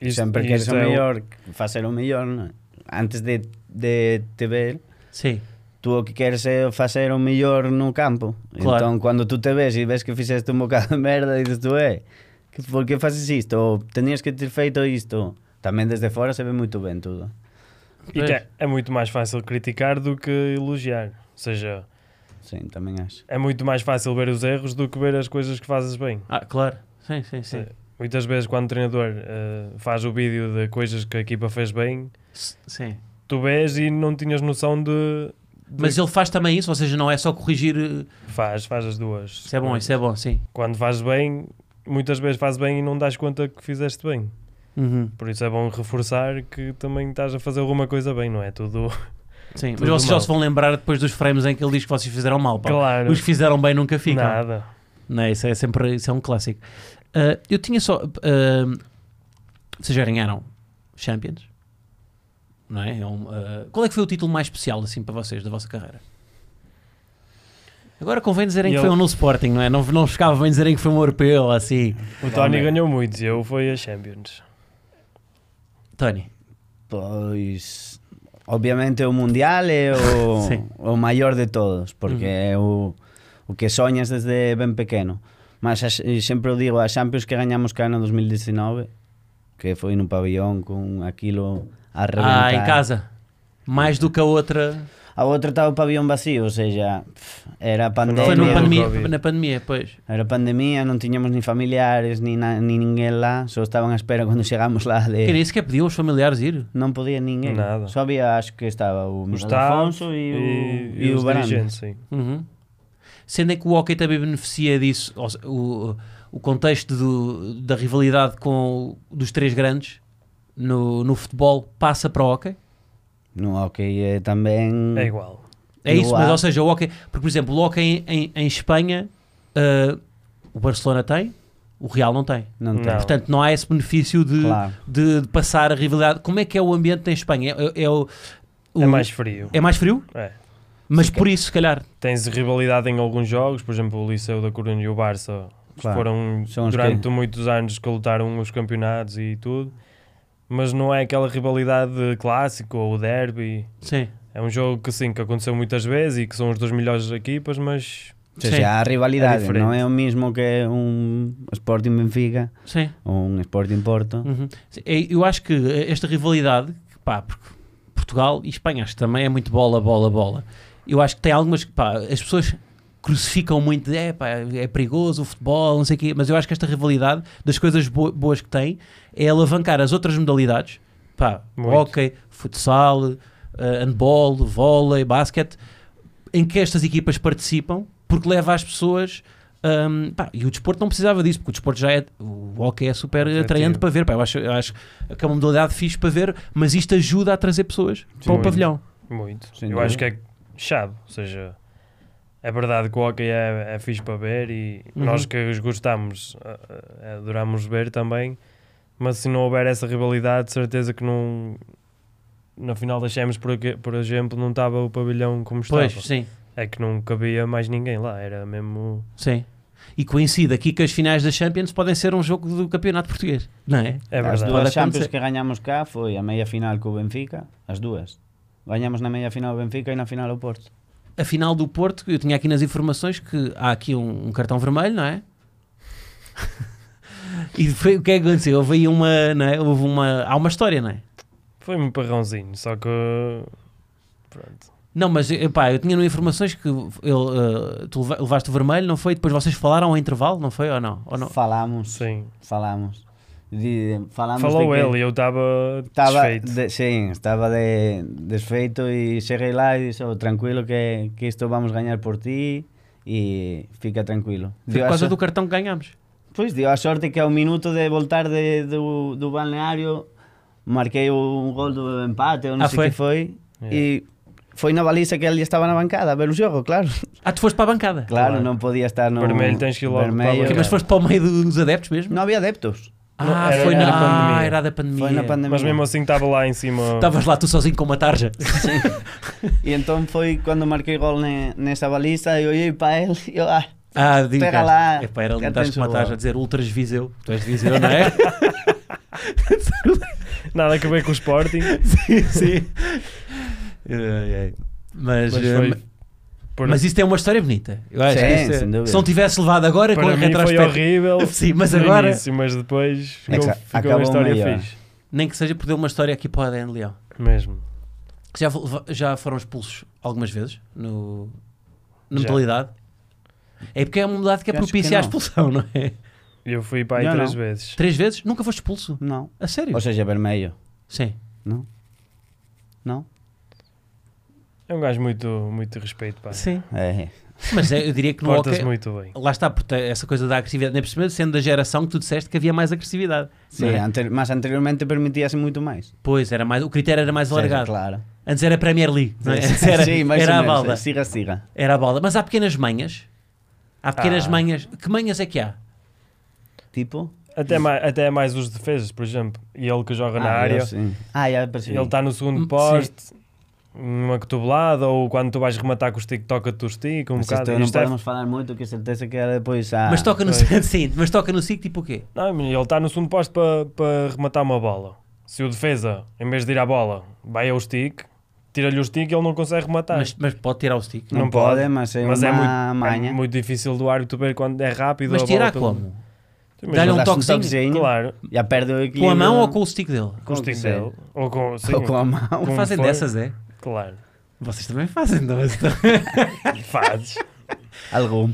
C: isto-
B: Sempre queres
C: isto
B: o
C: é
B: mellor, facer o mellor, non? Antes de, de te ver,
A: Sim.
B: tú o que queres é facer o mellor no campo.
A: Claro.
B: Entón, cando tú te ves e ves que fixeste un bocado de merda, dices tú, eh, que por que faces isto? Ou tenías que ter feito isto? Tamén desde fora se ve moito ben tudo.
C: E que é, é muito mais fácil criticar do que elogiar. Ou seja,
B: Sim, tamén acho.
C: é muito mais fácil ver os erros do que ver as coisas que fazes bem.
A: Ah, claro. É. Sim, sim, sim.
C: Muitas vezes, quando o treinador eh, faz o vídeo de coisas que a equipa fez bem,
A: S- Sim.
C: tu vês e não tinhas noção de. de-
A: Mas ele faz também isso, ou seja, não é só corrigir. eh,
C: Faz, faz as duas.
A: Isso é bom, isso é bom, sim.
C: Quando fazes bem, muitas vezes fazes bem e não dás conta que fizeste bem.
A: Uhum.
C: Por isso é bom reforçar que também estás a fazer alguma coisa bem, não é? Tudo.
A: Sim, mas
C: Tudo
A: vocês já
C: mal.
A: se vão lembrar depois dos frames em que ele diz que vocês fizeram mal, pá.
C: Claro.
A: Os que fizeram bem nunca ficam.
C: Nada.
A: Não, é? isso é sempre isso é um clássico. Ah, eu tinha só. ah, vocês já ganharam Champions? Não é? É um, ah, qual é que foi o título mais especial assim para vocês da vossa carreira? Agora convém dizerem
C: E
A: que
C: eu-
A: foi um no Sporting, não é? Não, não ficava bem dizerem que foi um europeu, assim.
C: O Tony ganhou muitos e eu fui a Champions.
A: Tony,
B: Pois obviamente o mundial é o,
A: Sí.
B: o maior de todos, porque é o, o que soñas desde ben pequeno. Mas a, sempre o digo, a Champions que gañamos cá no 2019, que foi nun pabellón con aquilo a reventar.
A: ah, em casa. Mais do que a outra.
B: A outra estaba o pabellón vacío, ou seja, pff, era pandemia.
A: Foi
C: no
A: no pandemia,
C: Covid.
A: na pandemia, pois.
B: Era pandemia, non tiñamos ni familiares, ni, na, ni ninguén lá, só estaban a espera cando chegamos lá
C: É.
B: de...
A: Que nem sequer pediam os familiares ir.
B: Non podía ninguén.
C: Nada.
B: Só había, acho que estaba o
C: O
B: Miguel
C: staff
B: Afonso e o,
C: e,
B: e o
C: os
B: Baranda.
C: dirigentes, sim.
A: Uhum. Sendo é que o hockey também beneficia disso, ou se- o, o contexto do- da rivalidade com o- dos três grandes no, no futebol passa para o hockey.
B: No hockey é tamén...
C: É igual.
A: É
B: Eu
A: isso, mas
B: acho.
A: ou seja, o hockey, porque por exemplo, o hockey em, em- em Espanha, ah, o Barcelona tem, o Real não tem.
B: Non
C: Não.
B: ten.
A: Portanto, não há esse benefício de,
B: Claro.
A: de- de passar a rivalidade. Como é que é o ambiente em Espanha? É, é o, o-
C: É mais frio.
A: é mais frio,
C: É.
A: mas por isso, se calhar.
C: Tens rivalidade em alguns jogos, por exemplo, o Liceu da Coruña e o Barça
B: Claro.
C: foram
B: São os
C: durante
B: que-
C: muitos anos que lutaram os campeonatos e tudo, mas não é aquela rivalidade de clássico ou derby.
A: Sim.
C: É um jogo que sim, que aconteceu muitas vezes e que são as duas melhores equipas, mas
B: Ou seja, a
C: É
B: rivalidade
C: diferente.
B: non é o mismo que un Sporting Benfica
A: Sim.
B: ou un Sporting Porto.
A: Uhum. Sim, é- Eu acho que eh, esta rivalidade, que, pá, porque Portugal e Espanha acho que também é muito bola, bola, bola. Eu acho que tem algumas, pá, as pessoas crucificam muito, de, é, pá, é perigoso o futebol, não sei o quê, mas eu acho que esta rivalidade, das coisas bo- boas que tem, é alavancar as outras modalidades, pá,
C: Muito.
A: hockey, futsal, eh, handball, vôlei, basquete, em que estas equipas participam, porque leva as pessoas. hum, pá, e o desporto não precisava disso, porque o desporto já é. O hockey é super
C: Atrativo.
A: atraente para ver. Pá, eu, acho, eu acho que é uma modalidade fixe para ver, mas isto ajuda a trazer pessoas para o
C: muito.
A: pavilhão.
C: muito.
B: Sem
C: Eu
B: dúvida.
C: acho que é chave, ou seja, é verdade que o hockey é, é fixe para ver e
A: Uhum.
C: nós que os gostamos, ah, ah, adoramos ver também, mas se não houver essa rivalidade, de certeza que não... Na final da Champions, por, aqui- por exemplo, não estava o pavilhão como estava.
A: Pois, sim,
C: É que não cabia mais ninguém lá, era mesmo...
A: sim. E coincide aqui que as finais da Champions podem ser um jogo do campeonato português, não é?
C: É
B: as
C: verdade.
A: Pode
B: dúas Champions
A: acontecer.
B: que gañamos cá foi a meia final co Benfica, as dúas. Gañamos na meia final o Benfica e na final o Porto.
A: A final do Porto, eu tinha aqui nas informações que há aqui um, um cartão vermelho, não é? e foi, o que é que aconteceu? Houve aí uma, não é? Houve uma. Há uma história, não é?
C: Foi um parrãozinho, só que... Pronto.
A: Não, mas eh, pá, eu tinha no informações que ele, eh, tu leva- levaste o vermelho, não foi? Depois vocês falaram ao intervalo, não foi? Ou não?
C: Oh,
A: Ou não?
B: Falamos,
C: Sim.
B: falamos. Di- falamos
C: Falou
B: de que
C: ele e eu estava
B: Estaba,
C: desfeito.
B: de, sí, estaba de, desfeito e cheguei lá e dixo, "Oh, tranquilo que, que isto vamos gañar por ti e fica tranquilo.
A: Foi
B: Dio
A: por
B: a
A: causa
B: so-
A: do cartão que ganhámos.
B: Pois dio a sorte que ao minuto de voltar de, do, do balneario marquei un gol do empate ou non
A: Ah,
B: sei que
A: foi?
B: foi e foi na baliza que ele estaba na bancada a ver o xogo, claro.
A: Ah, tu foste para a bancada.
B: Claro,
C: Claro.
B: non podía estar no
C: Vermelho, tens que ir logo para a
B: vermelho.
A: Ok, mas foste para o meio do- dos adeptos mesmo?
B: Non había adeptos.
A: Ah,
C: Era-
A: foi na
C: era a pandemia.
A: Ah, era da pandemia.
B: Foi na pandemia.
C: Mas mesmo assim estava lá em cima.
A: Estavas lá tu sozinho com uma tarja.
B: E entón foi cando marquei gol ne, nesa baliza e olhei para ele e eu, ah,
A: Ah, digo.
B: Pega lá.
A: Epá, era ali,
B: Já
A: estás
B: tens
A: com uma
B: o
A: tarja
B: gol.
A: a dizer Ultras Viseu. Tu és de Viseu, não é?
C: Nada a ver com o Sporting.
A: sim, sim. Ai, ai. Mas,
C: Mas
A: eh,
C: foi, Por-
A: Mas isto é uma história bonita. Eu acho
B: Sim,
A: que isto é-
B: sem dúvida.
A: se não tivesse levado agora com
C: para
A: a
C: mim foi
A: retrospectiva,
C: horrível
A: Sim, mas
C: no
A: agora-
C: início, mas depois
B: É que
C: ficou,
B: a-
C: ficou uma
B: acabou é.
C: história
B: maior.
C: fixe.
A: nem que seja por dar uma história aqui para o ADN Leão.
C: Mesmo.
A: Que Já, leva- já foram expulsos algumas vezes no, na
C: Já.
A: modalidade. É porque é uma modalidade que é
B: Eu acho
A: propícia
B: que
A: à
B: não.
A: expulsão, não é?
C: Eu fui para aí
B: Não,
C: três
B: não.
C: vezes.
A: Três vezes? Nunca foste expulso?
B: Não.
A: A sério?
B: Ou seja, vermelho.
A: Sim.
B: Não?
C: É um gajo muito, muito respeito, pá.
A: Sim.
B: É.
A: Mas é, eu diria que no
C: Porta-se
A: hockey...
C: muito bem.
A: Lá está, porque essa coisa da agressividade, nem percebeu, sendo da geração que tu disseste que havia mais agressividade.
B: Sí,
A: não é?
B: anter- mas anteriormente permitia-se muito mais.
A: Pois, era mais, o critério era mais alargado.
B: Claro.
A: Antes era Premier League, não é? Antes era,
B: sí, mais
A: era
B: ou
A: a
B: menos.
A: balda.
B: Siga, siga.
A: Era a balda. Mas há pequenas manhas. Há pequenas
C: Ah.
A: manhas. Que manhas é que há?
B: Tipo?
C: Até mais, até mais os defesas, por exemplo. E ele que joga na
B: Ah,
C: área.
B: eu sim. Ah, já percebi.
C: Ele tá está no segundo
A: Hum,
C: poste, uma cotovelada, ou quando tu vais rematar com o stick, toca-te o stick, um
B: Mas
C: bocado.
B: isto não
C: Isto é-
B: podemos falar muito, que certeza é que era depois ah, a...
A: mas toca no
C: pois.
A: sim, mas toca no SIC tipo o quê?
C: Não, mas ele está no segundo poste para rematar uma bola. Se o defesa, em vez de ir à bola, vai ao stick, tira-lhe o stick e ele não consegue rematar.
A: Mas, mas pode tirar o stick.
B: Não,
C: Tá. não
B: pode,
C: pode,
B: mas é
C: Mas é muito,
B: uma manha.
C: é muito difícil do árbitro ver quando é rápido.
A: Mas
C: a bola
A: tirar
C: pelo-
A: como?
C: Mas
A: Dá-lhe
C: ele
A: um
B: Dás-me
A: toquezinho,
C: dá- Claro,
B: Já perde o
A: Com
B: equilíbrio.
A: a mão ou com o stick dele?
C: com o stick
B: sei.
C: dele. Ou com, sim,
B: Ou com a mão.
C: Como
A: Fazem
C: foi?
A: dessas, é?
C: Claro,
A: Vocês também fazem, não é?
C: fazes.
B: Alguma.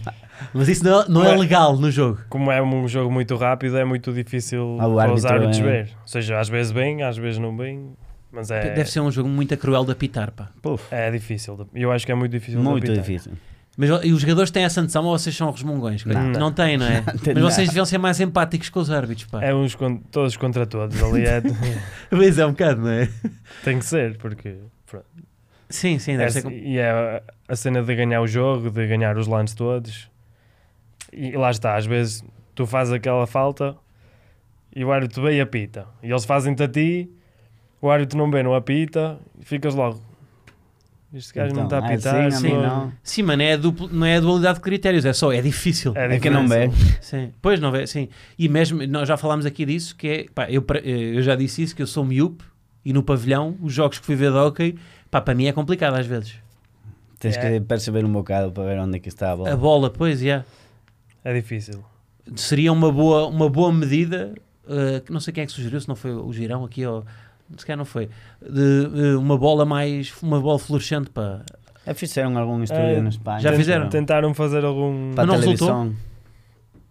A: Mas isso não é, não é legal no jogo.
C: Como é um jogo muito rápido, é muito difícil
B: Ah, o
C: para os
B: árbitro
C: árbitros
B: é-
C: ver. Ou seja, às vezes bem, às vezes não bem, mas é,
A: Deve ser um jogo muito cruel de apitar, pá.
B: Puf,
C: é difícil. de- Eu acho que é muito difícil. de
B: muito
C: apitar.
B: difícil.
A: Mas e os jogadores têm essa noção ou vocês são resmungões?
B: Não.
A: Não, têm, não é?
B: tem
A: Mas vocês
B: nada.
A: deviam ser mais empáticos com os árbitros, pá.
C: É uns con- todos contra todos, ali é,
A: Mas é um bocado, não é?
C: tem que ser, porque pronto.
A: Sim, sim, deve
C: É-
A: ser. com-
C: e é a cena de ganhar o jogo, de ganhar os lances todos. E lá está, às vezes tu fazes aquela falta e o árbitro vê e apita. E eles fazem-te a ti, o árbitro não vê, não apita, e ficas logo. Este gajo não tá está
B: Então,
C: a
B: é
C: apitar,
B: assim, a mim
C: sou-
B: não.
A: Sim, mas não é, a duplo- não é a dualidade de critérios, é só, é difícil.
B: É que não
C: difícil.
B: vê.
A: Sim. Pois não, é, sim. E mesmo, nós já falámos aqui disso, que é, pá, eu, pra- eh, eu já disse isso, que eu sou miúpe e no pavilhão, os jogos que fui ver de hockey, pá, para mim é complicado às vezes.
B: Tens
C: É.
B: que perceber um bocado para ver onde que está a
A: A
B: bola.
A: bola, pois, yeah.
C: É difícil.
A: seria uma boa, uma boa medida, eh, que não sei quem é que sugeriu, se não foi o Girão aqui, ou se calhar não foi, de eh, uma bola mais, uma bola fluorescente, pá.
B: Já fizeram um, algum estúdio
C: É,
B: na Espanha?
A: já
B: não?
A: fizeram?
C: Tentaram fazer algum.
A: Mas
B: Para a
A: não resultou?
B: televisão.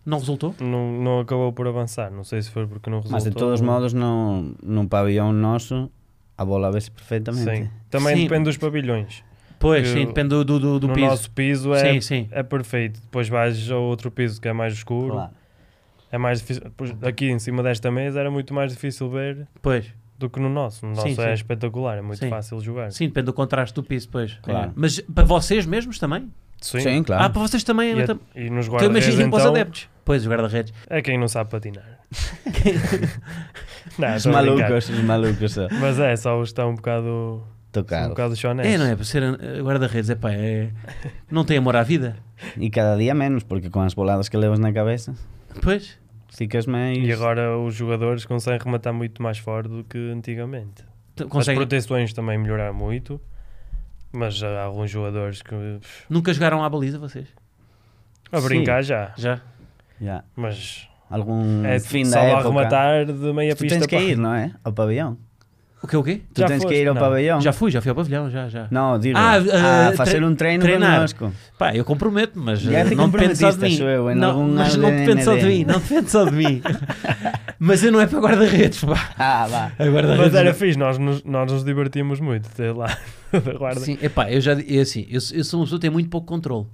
A: Não resultou?
C: Não, não acabou por avançar, não sei se foi porque não resultou.
B: Mas de todos modos, no, no pavilhão nosso, a bola vê-se perfeitamente.
C: Sim. Também
A: Sim.
C: depende dos pavilhões.
A: Pois,
C: Que
A: sim, depende do, do, do- do
C: no
A: piso.
C: nosso piso é,
A: Sim, sim.
C: é perfeito. Depois vais ao outro piso que é mais escuro.
B: Claro.
C: É mais difícil. Pois, Aqui em cima desta mesa era muito mais difícil ver
A: Pois.
C: do que no nosso. No nosso
A: Sim,
C: é
A: sim.
C: espetacular, é muito
A: Sim.
C: fácil jogar.
A: Sim, depende do contraste do piso, pois.
B: Claro.
A: É. Mas para vocês mesmos também?
C: Sim.
B: Sim, claro.
A: Ah, para vocês também.
C: E,
A: eu
C: a-
A: tam-
C: e nos
A: Então
C: guarda-redes
A: imagina para os
C: então,
A: adeptos. Pois, o guarda-redes.
C: é quem não sabe patinar. não,
B: os
C: tô a brincar.
B: malucos, os malucos. só.
C: Mas é, só está um bocado, um
B: Tocados.
C: bocado chonés.
A: É, não é? Para ser eh, guarda-redes, é pá, é... não tem amor à vida.
B: E cada día menos, porque com as boladas que levas na cabeça,
A: Pois.
B: ficas mais...
C: E agora os jogadores conseguem rematar muito mais fora do que antigamente.
A: t-
C: As
A: então Conseguem.
C: proteções também melhoraram muito, mas há alguns jogadores que pff,
A: Nunca jogaram à baliza vocês?
C: a
B: Sim.
C: brincar já,
A: Já?
B: Ya.
C: mas
B: Algum
C: é
B: Hum, fim
C: só
B: da
C: lá
B: época.
C: rematar de meia
B: tu
C: pista
B: tens que
C: para-
B: ir, não é? Ao pavilhão.
A: O que o quê?
B: Tu
C: Já
B: tens
C: foste?
B: que ir ao
C: Não.
B: pavilhão.
A: Já fui, já fui ao pavilhão, já, já.
B: Não, digo,
A: Ah,
B: a
A: eh,
B: fazer
A: tre-
B: um treino
A: treinar.
B: conosco.
A: Pá, eu comprometo, mas
B: Já
A: eh,
B: te
A: não depende só de mim.
B: comprometeste, acho eu, em
A: não,
B: algum
A: mas não
B: ADN.
A: depende só de mim, não depende só de mim. mas eu não é para guarda-redes, pá.
B: Ah, vá.
A: A guarda-redes
C: Mas
A: não-
C: era fixe, nós nos, nós nos divertimos muito ter lá da guarda.
A: Sim, epá, eu já di- eu, assim, eu, eu sou uma pessoa que tem muito pouco controle.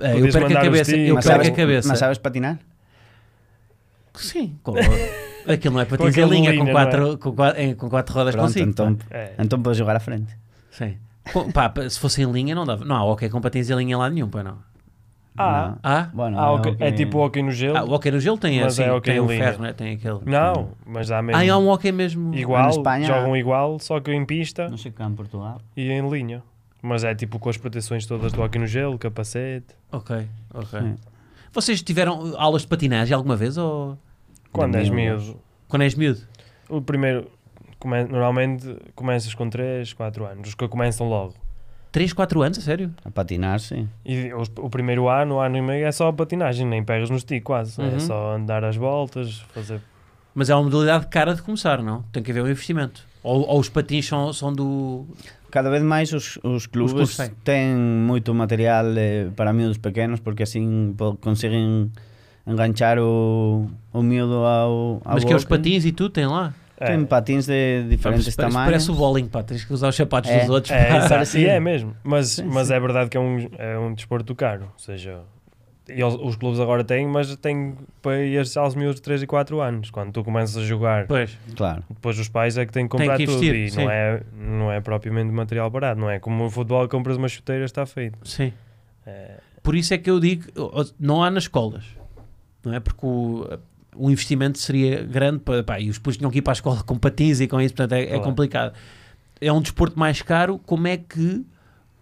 A: Eh, Eu
C: Podias
A: perco a
C: mandar os
A: cabeça, eu
C: tiros,
B: Mas
A: perco a
B: sabes,
A: cabeça.
B: mas sabes patinar?
A: Sim, com, aquilo não é para
C: Com
A: ter
C: aquela
A: linha
C: linha,
A: com
C: não
A: quatro, com, quatro, em- com quatro rodas
B: Pronto,
A: consigo.
B: então,
A: pá.
C: É.
B: então podes jogar à frente.
A: Sim. Com- pá, pa- se fosse em linha não dava. Não há hockey com patins em linha lá nenhum, pois não.
C: Ah,
B: Não.
A: Há?
B: Bueno, é
C: ah, ok,
B: o que-
C: é tipo hockey no gelo?
A: Ah, o hockey no gelo tem
C: Mas
A: assim,
C: é hockey
A: tem
C: em
A: o
C: linha.
A: ferro, não é? Tem aquele.
C: Não, mas há mesmo
A: Ah, e há um hockey mesmo.
C: igual,
B: Na Espanha-
C: jogam igual, só que em pista
B: Não sei cá em Portugal.
C: e em linha. Mas é tipo com as proteções todas do hockey no gelo, capacete.
A: Ok, ok.
B: Sim.
A: Vocês tiveram uh, aulas de patinagem alguma vez ou
C: Quando
B: Da
C: és
B: minha
C: miúdo,
A: quando és miúdo?
C: O primeiro, come- normalmente começas com 3, 4 anos, os que começam logo.
A: 3, 4 anos, a sério?
B: A patinar, sim.
C: E os- o primeiro ano, o ano e meio, é só patinagem, nem pegas no stick quase.
A: Uhum.
C: É só andar às voltas, fazer.
A: Mas é uma modalidade cara de começar, não? Tem que haver um investimento. Ou, ou os patins são, são do.
B: Cada vez máis os, os
A: clubes
B: clubes
A: têm.
B: ten moito material eh, para miúdos pequenos porque así po, consiguen enganchar o, o miúdo ao, ao
A: Mas que é os Ah,
B: golpe.
A: patins e tudo, tem lá.
C: É,
B: Ten patins de diferentes
A: Isso parece-
B: tamanhos.
A: Parece o bowling, pá. Tens que usar os sapatos
B: É.
A: dos outros.
C: é,
A: pá.
C: exato,
B: Parecido.
C: e é mesmo. Mas,
B: Sim,
C: mas
B: sim.
C: é verdade que é um, é um desporto caro. Ou seja, eles- os clubes agora têm, mas têm para estes aos miúdos de 3 e 4 anos. Quando tu começas a jogar,
A: Pois.
B: Claro.
C: depois os pais é que têm que
A: Têm
C: comprar
A: que
C: tudo.
A: investir,
C: E
A: sim.
C: não é, não é propriamente material barato. Não é como o futebol, compras uma chuteira, está feito.
A: Sim.
C: É,
A: Por isso é que eu digo, ó, ó, não há nas escolas, não é? Porque o, o investimento seria grande para, pá, e os putos tinham que ir para a escola com patins e com isso, portanto é, é
C: Claro.
A: complicado. É um desporto mais caro, como é que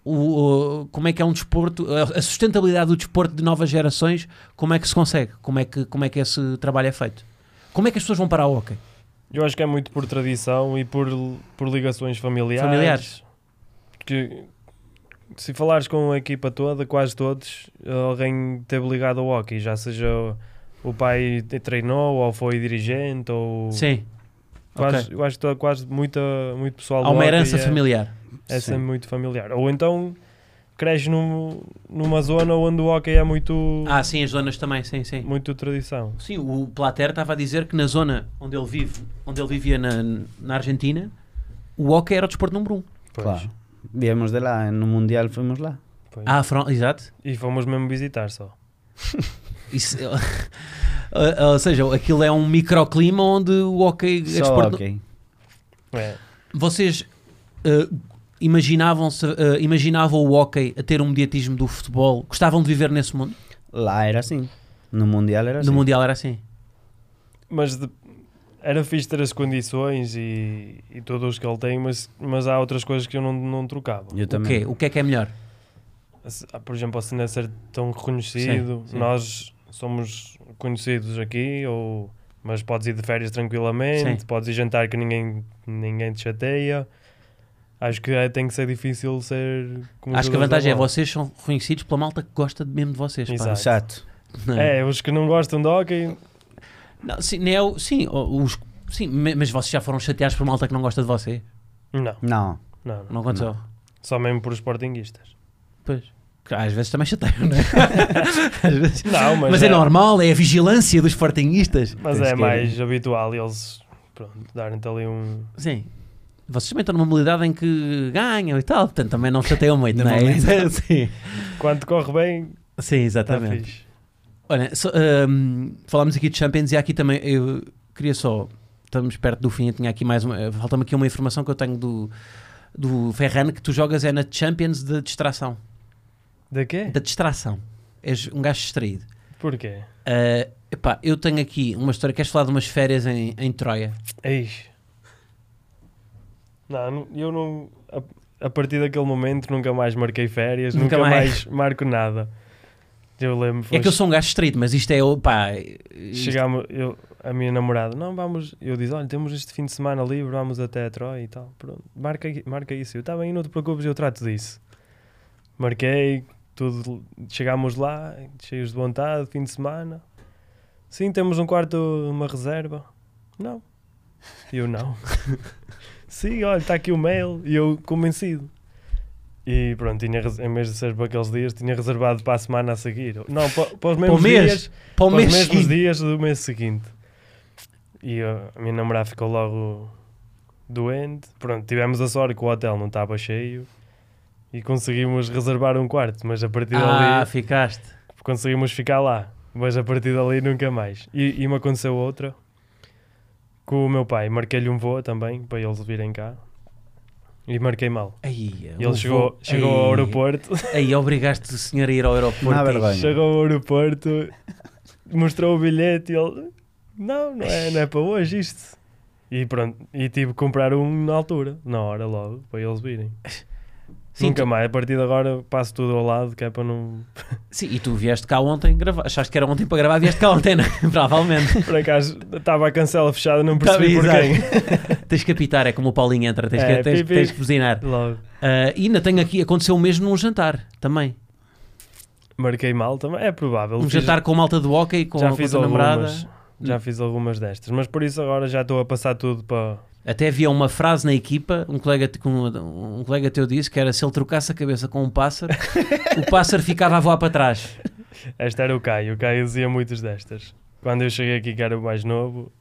A: o, o- como é que é um desporto, a- a sustentabilidade do desporto de novas gerações, como é que se consegue? Como é que, como é que esse trabalho é feito? Como é que as pessoas vão para o hockey?
C: Eu acho que é muito por tradição e por, por ligações familiares.
A: Familiares.
C: Que, se falares com a equipa toda, quase todos, alguém teve ligado ao hockey, já seja o pai te- treinou ou foi dirigente ou
A: Sim,
C: quase,
A: ok.
C: eu acho que toda- quase muita, muito pessoal
A: há
C: do
A: uma
C: hockey
A: herança
C: é-
A: familiar.
C: é sempre
B: Sim.
C: muito familiar. Ou então cresce num, numa zona onde o hockey é muito,
A: Ah, sim, as zonas também, sim, sim.
C: muito tradição.
A: Sim, o Plater estava a dizer que na zona onde ele vive, onde ele vivia na, na Argentina, o hockey era o desporto número um.
C: Pois,
B: Claro. Viemos de lá, no Mundial fuimos lá.
C: pois.
A: Ah, Fran- exato.
C: E fomos mesmo visitar só.
A: Isso- ou, ou seja, aquilo é um microclima onde o hockey é
B: Só
A: desporto.
B: ok.
C: É.
A: Vocês eh, imaginavam-se, eh, imaginavam o hockey a ter um mediatismo do futebol? Gostavam de viver nesse mundo?
B: Lá era assim. No Mundial era
A: No
B: assim.
A: Mundial era assim.
C: mas de- era fixe ter as condições e, e todos os que ele tem, mas, mas há outras coisas que eu não, não trocava.
B: Eu
A: O
B: também.
A: quê? O que é que é melhor?
C: A se- Por exemplo, a cena ser tão reconhecido,
A: Sim, sim.
C: nós somos conhecidos aqui, ou, mas podes ir de férias tranquilamente,
A: Sim.
C: podes ir jantar que ninguém, ninguém te chateia. Acho que é- tem que ser difícil ser como
A: Acho que a
C: jogador de
A: vantagem é
C: bola.
A: vocês são reconhecidos pela malta que gosta mesmo de vocês. pá.
C: Exato.
B: Exato.
A: Não é?
C: É, os que não gostam de hockey,
A: Não, sim, nem é o- sim, o- os, sim, me- mas vocês já foram chateados por malta que não gosta de você.
C: não,
B: Não.
C: não, não.
A: Não aconteceu?
C: Só mesmo por sportinguistas.
A: Pois. Que Às vezes também chateiam, não é? Às vezes.
C: Não, mas,
A: Mas, é, normal, é a vigilância dos fartinguistas.
C: Mas
B: Tens
C: é
B: que-
C: mais habitual eles pronto, darem-te ali um.
A: Sim. Vocês também estão numa modalidade em que ganham e tal, portanto também não chateiam muito, Tá
B: De
A: não é?
B: momento.
A: Sim,
C: Quando corre bem,
A: Sim
C: está
A: exatamente.
C: fixe.
A: Olha, só, hum, falámos aqui de Champions e há aqui também, eu queria só, estamos perto do fim, eu tinha aqui mais uma, eh, falta-me aqui uma informação que eu tenho do, do Ferran, que tu jogas é na Champions de distração.
C: De quê?
A: Da distração. És um gajo distraído.
C: Porquê?
A: Ah, epá, eu tenho aqui uma história, queres falar de umas férias em, em Troia?
C: Eis. É Não, não- eu não. A, a partir daquele momento nunca mais marquei férias,
A: Nunca
C: nunca,
A: mais.
C: mais. marco nada. Eu lembro.
A: É
C: foi-
A: que eu sou um gajo estrito, mas isto é, o- pá... isto-
C: Chegámos, eu, a minha namorada, não, vamos. Eu disse, olha, temos este fim de semana livre, vamos até a Troia e tal. Pronto, marca, i- marca isso. Eu, está bem, não te preocupes, eu trato disso. Marquei, tudo. Chegámos lá, cheios de vontade, fim de semana. Sim, temos um quarto, uma reserva. Não. E Eu não. Sim, olha, está aqui o mail. E eu convencido. E pronto, tinha, res- em vez de ser para aqueles dias, tinha reservado para a semana a seguir. Não, pa- para, os mesmos
A: mês?
C: dias
A: para o
C: para
A: mês
C: os mesmos
A: seguinte.
C: dias do mês seguinte. E uh, a minha namorada ficou logo doente. Pronto, tivemos a sorte que o hotel não estava cheio e conseguimos reservar um quarto, mas a partir
A: Ah,
C: dali
A: ficaste.
C: conseguimos ficar lá. Mas a partir dali nunca mais. E, e me aconteceu outra com o meu pai. Marquei-lhe um voo também para eles virem cá e marquei mal.
A: Aí,
C: E ele chegou, chegou ao aeroporto
A: Aí, obrigaste o senhor a ir ao aeroporto. é
B: Não há
A: Ei,
B: vergonha.
C: Chegou ao aeroporto, mostrou o bilhete e ele. Não, não é, não é para hoje isto. E pronto, e tive que comprar um na altura, na hora logo, para eles virem.
A: Sim,
C: Nunca
A: tu-
C: mais, a partir de agora passo tudo ao lado, que é para não.
A: sim, e tu vieste cá ontem gravar. Achaste que era ontem para gravar, vieste cá ontem, não? Provavelmente.
C: Por acaso estava a cancela fechada, não percebi
A: Tá,
C: porquê.
A: tens que apitar, é como o Paulinho entra, tens,
C: É,
A: que, tens,
C: pipi.
A: tens que buzinar.
C: Logo.
A: Ah, e ainda tenho aqui, aconteceu o mesmo num jantar também.
C: Marquei mal também. É provável.
A: Um
C: Fiz-
A: jantar com malta do hockey, com,
C: já
A: com a
C: fiz
A: tua namorada.
C: algumas. Já fiz algumas destas. Mas por isso agora já estou a passar tudo para.
A: Até havia uma frase na equipa, um colega, te- que um, um colega teu disse que era se ele trocasse a cabeça com um pássaro, o pássaro ficava a voar para trás.
C: Esta era o Caio. O Caio dizia muitas destas. Quando eu cheguei aqui, que era o mais novo,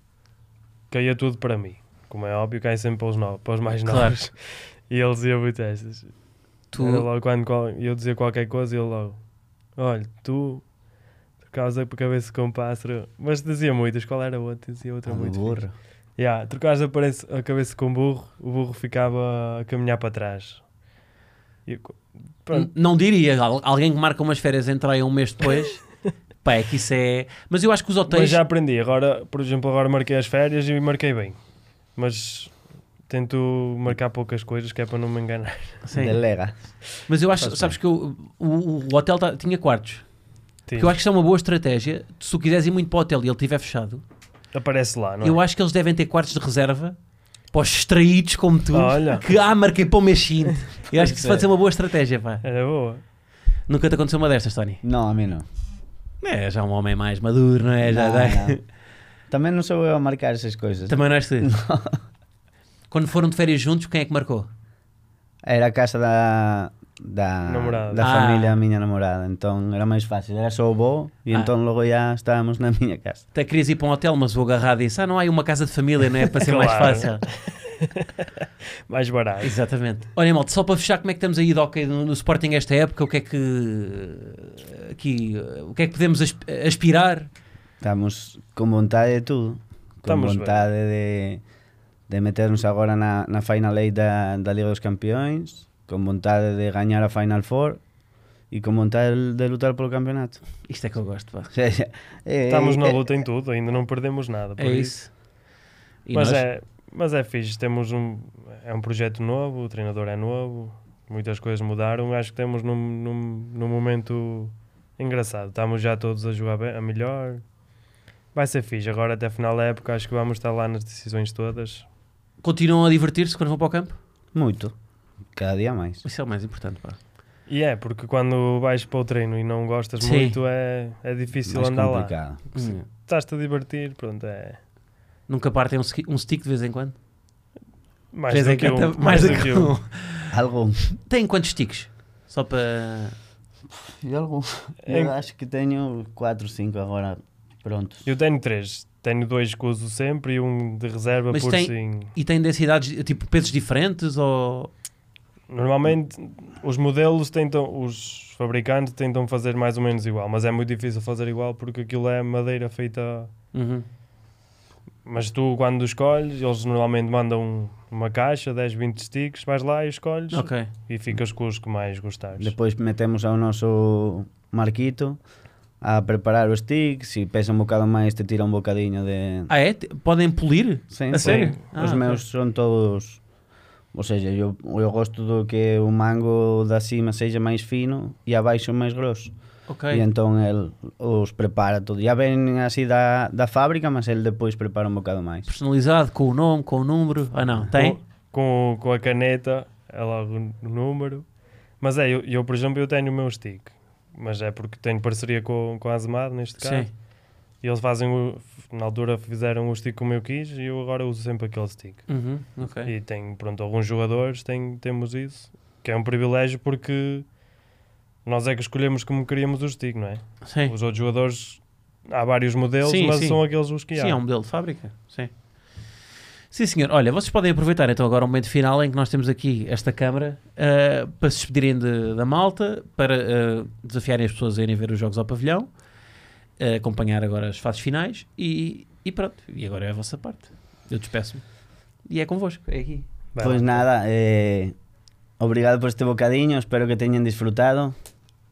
C: caía tudo para mim. Como é óbvio, cai sempre para os, novos, para os mais
A: Claro.
C: novos. E ele dizia muito estas.
A: Tu,
C: Era logo quando qual- eu dizia qualquer coisa, ele logo: Olha, tu. por Causa por cabeça com um pássaro, mas dizia muitas. Qual era a outra? Dizia outra muito. fixe.
B: burro.
C: Yeah, trocares a, parece- a cabeça com o burro, o burro ficava a caminhar para trás. E co-
A: N-
C: pronto,
A: Não diria, Al- alguém que marca umas férias entra aí um mês depois. Pá, é que isso é. Mas eu acho que os
C: mas
A: hotéis.
C: já aprendi. Agora, por exemplo, agora marquei as férias e marquei bem. Mas tento marcar poucas coisas que é para não me enganar.
A: Sim.
B: Delega.
A: Mas eu acho,
B: Faz
A: sabes que eu- o, o hotel tá- tinha quartos.
C: Sim,
A: Porque eu acho que isso é uma boa estratégia. Se tu quiseres ir muito para o hotel e ele estiver fechado,
C: Aparece lá, não é?
A: eu acho que eles devem ter quartos de reserva para os distraídos como tu.
C: Olha.
A: Que ah, marquei para o mês seguinte. Eu acho que isso
B: Pois é.
A: pode ser uma boa estratégia, pá.
C: Era É boa.
A: Nunca te aconteceu uma destas, Tony?
B: Não, a mim não.
A: É, já um homem mais maduro, não é? Já,
B: Não,
A: já-
B: não. Também não sou eu a marcar essas coisas.
A: Também não és tu. Quando foram de férias juntos, quem é que marcou?
B: Era a casa da, da,
C: Namorada.
B: da
A: Ah.
B: família da minha namorada, então era mais fácil. Era só o voo e
A: Ah.
B: então logo já estávamos na minha casa.
A: Até querias ir para um hotel, mas o agarrado disse: Ah, não há aí uma casa de família, não é? Para ser mais
C: Claro.
A: fácil.
C: Mais barato.
A: Exatamente. Olha, malta, só para fechar, como é que estamos aí de hockey no, no Sporting esta época? O que é que. eh, Aqui, eh, o que é que podemos asp- aspirar?
B: Estamos com vontade de tudo. Com
C: Estamos bem.
B: vontade de, de metermos agora na, na Final Eight da, da Liga dos Campeões, com vontade de ganhar a Final Four e com vontade de lutar pelo campeonato.
A: Isto é que eu gosto, pá.
B: O sea, eh, é- é-
C: Estamos na
B: é-
C: luta em tudo, ainda não perdemos nada. por
A: É isso. E
C: Mas,
A: nós-
C: é, mas é fixe, temos um, é um projeto novo, o treinador é novo, muitas coisas mudaram. Acho que temos num, num, num momento engraçado. Estamos já todos a jogar bem, a melhor. Vai ser fixe. Agora, até a final da época, acho que vamos estar lá nas decisões todas.
A: Continuam a divertir-se quando vão para o campo?
B: Muito. Cada dia mais.
A: Isso é o mais importante, pá.
C: E é, porque quando vais para o treino e não gostas
A: Sim.
C: muito, é, é difícil
B: Mais
C: andar lá.
B: complicado.
C: Sim.
A: Hum.
C: Estás-te a divertir, pronto, é.
A: Nunca partem um, ski- um stick de vez em quando?
C: Mais
A: De vez
C: do
A: em
C: que um.
A: quando, mais do que um.
B: Algo.
A: Tem quantos sticks? Só para.
B: algo.
C: Em-
B: Eu acho que tenho 4 ou 5 agora prontos.
C: Eu tenho três. Tenho dois que uso sempre e um de reserva
A: Mas
C: por
A: tem-
C: sim.
A: E tem densidades, tipo, pesos diferentes ou.
C: Normalmente os modelos tentam, os fabricantes tentam fazer mais ou menos igual, mas é muito difícil fazer igual porque aquilo é madeira feita.
A: Uhum.
C: Mas tu, quando escolhes, eles normalmente mandam uma caixa, 10, 20 sticks, vais lá e escolhes
A: Ok.
C: e ficas com os que mais gostares.
B: Depois metemos ao nosso Marquito a preparar os tics. Se pesa um bocado mais, te tira um bocadinho de.
A: Ah, é? Te- Podem polir?
B: Sim,
A: a
B: sim.
A: sério?
B: Os
A: Ah,
B: meus são todos. Ou seja, eu, eu gosto do que o mango da cima seja mais fino e abaixo mais grosso.
A: Ok.
B: E então ele os prepara tudo. Já vem assim da, da fábrica, mas ele depois prepara um bocado mais.
A: Personalizado, com o nome, com o número. Ah, não, tem?
C: Com, com, o- com a caneta, é logo o número. Mas é, eu, eu, por exemplo, eu tenho o meu stick, mas é porque tenho parceria com, com a Azemad neste caso.
A: Sim.
C: E eles fazem, o, na altura fizeram o stick como eu quis e eu agora uso sempre aquele stick.
A: Uhum, ok.
C: E tem, pronto, alguns jogadores tem, temos isso, que é um privilégio porque nós é que escolhemos como queríamos o stick, não é?
A: Sim.
C: Os outros jogadores, há vários modelos,
A: Sim,
C: mas
A: sim.
C: são aqueles os que há.
A: Sim, é um modelo de fábrica. Sim. Sim, senhor. Olha, vocês podem aproveitar então agora o momento final em que nós temos aqui esta câmara ah, para se despedirem de- da malta, para ah, desafiarem as pessoas a irem ver os jogos ao pavilhão, a acompanhar agora as fases finais e, e pronto. E agora é a vossa parte. Eu despeço-me. E é convosco, é aqui.
C: Vai
B: Pois
C: lá.
B: nada, eh, obrigado por este bocadiño, espero que teñen disfrutado.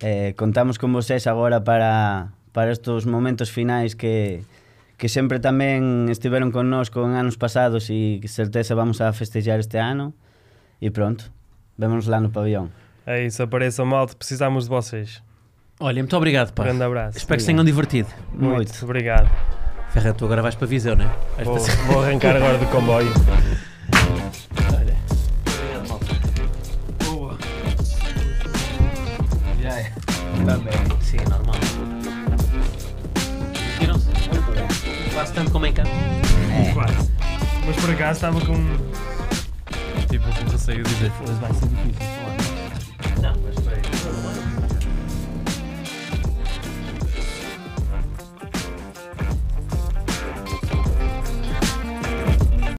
B: Eh, contamos con vocês agora para, para estos momentos finais que, que sempre tamén estiveron con nós con anos pasados e que certeza vamos a festejar este ano. E pronto, vemos lá no pabellón.
C: É isso, apareçam malta, precisamos de vocês.
A: Olha, muito obrigado, pá.
C: Grande abraço.
A: Espero que se tenham divertido.
B: Moito.
C: Muito obrigado.
A: Ferreira, tu agora vais para Viseu, não é? Vais
C: Vou,
A: para-
C: vou arrancar agora do comboio.
B: também.
A: Sim, é normal. Viram-se? Quase tanto como em casa.
C: Quase. Mas por acaso estava com. um- Tipo, com receio de dizer, foda-se, vai ser difícil falar.
A: pues, Não, mas espera aí.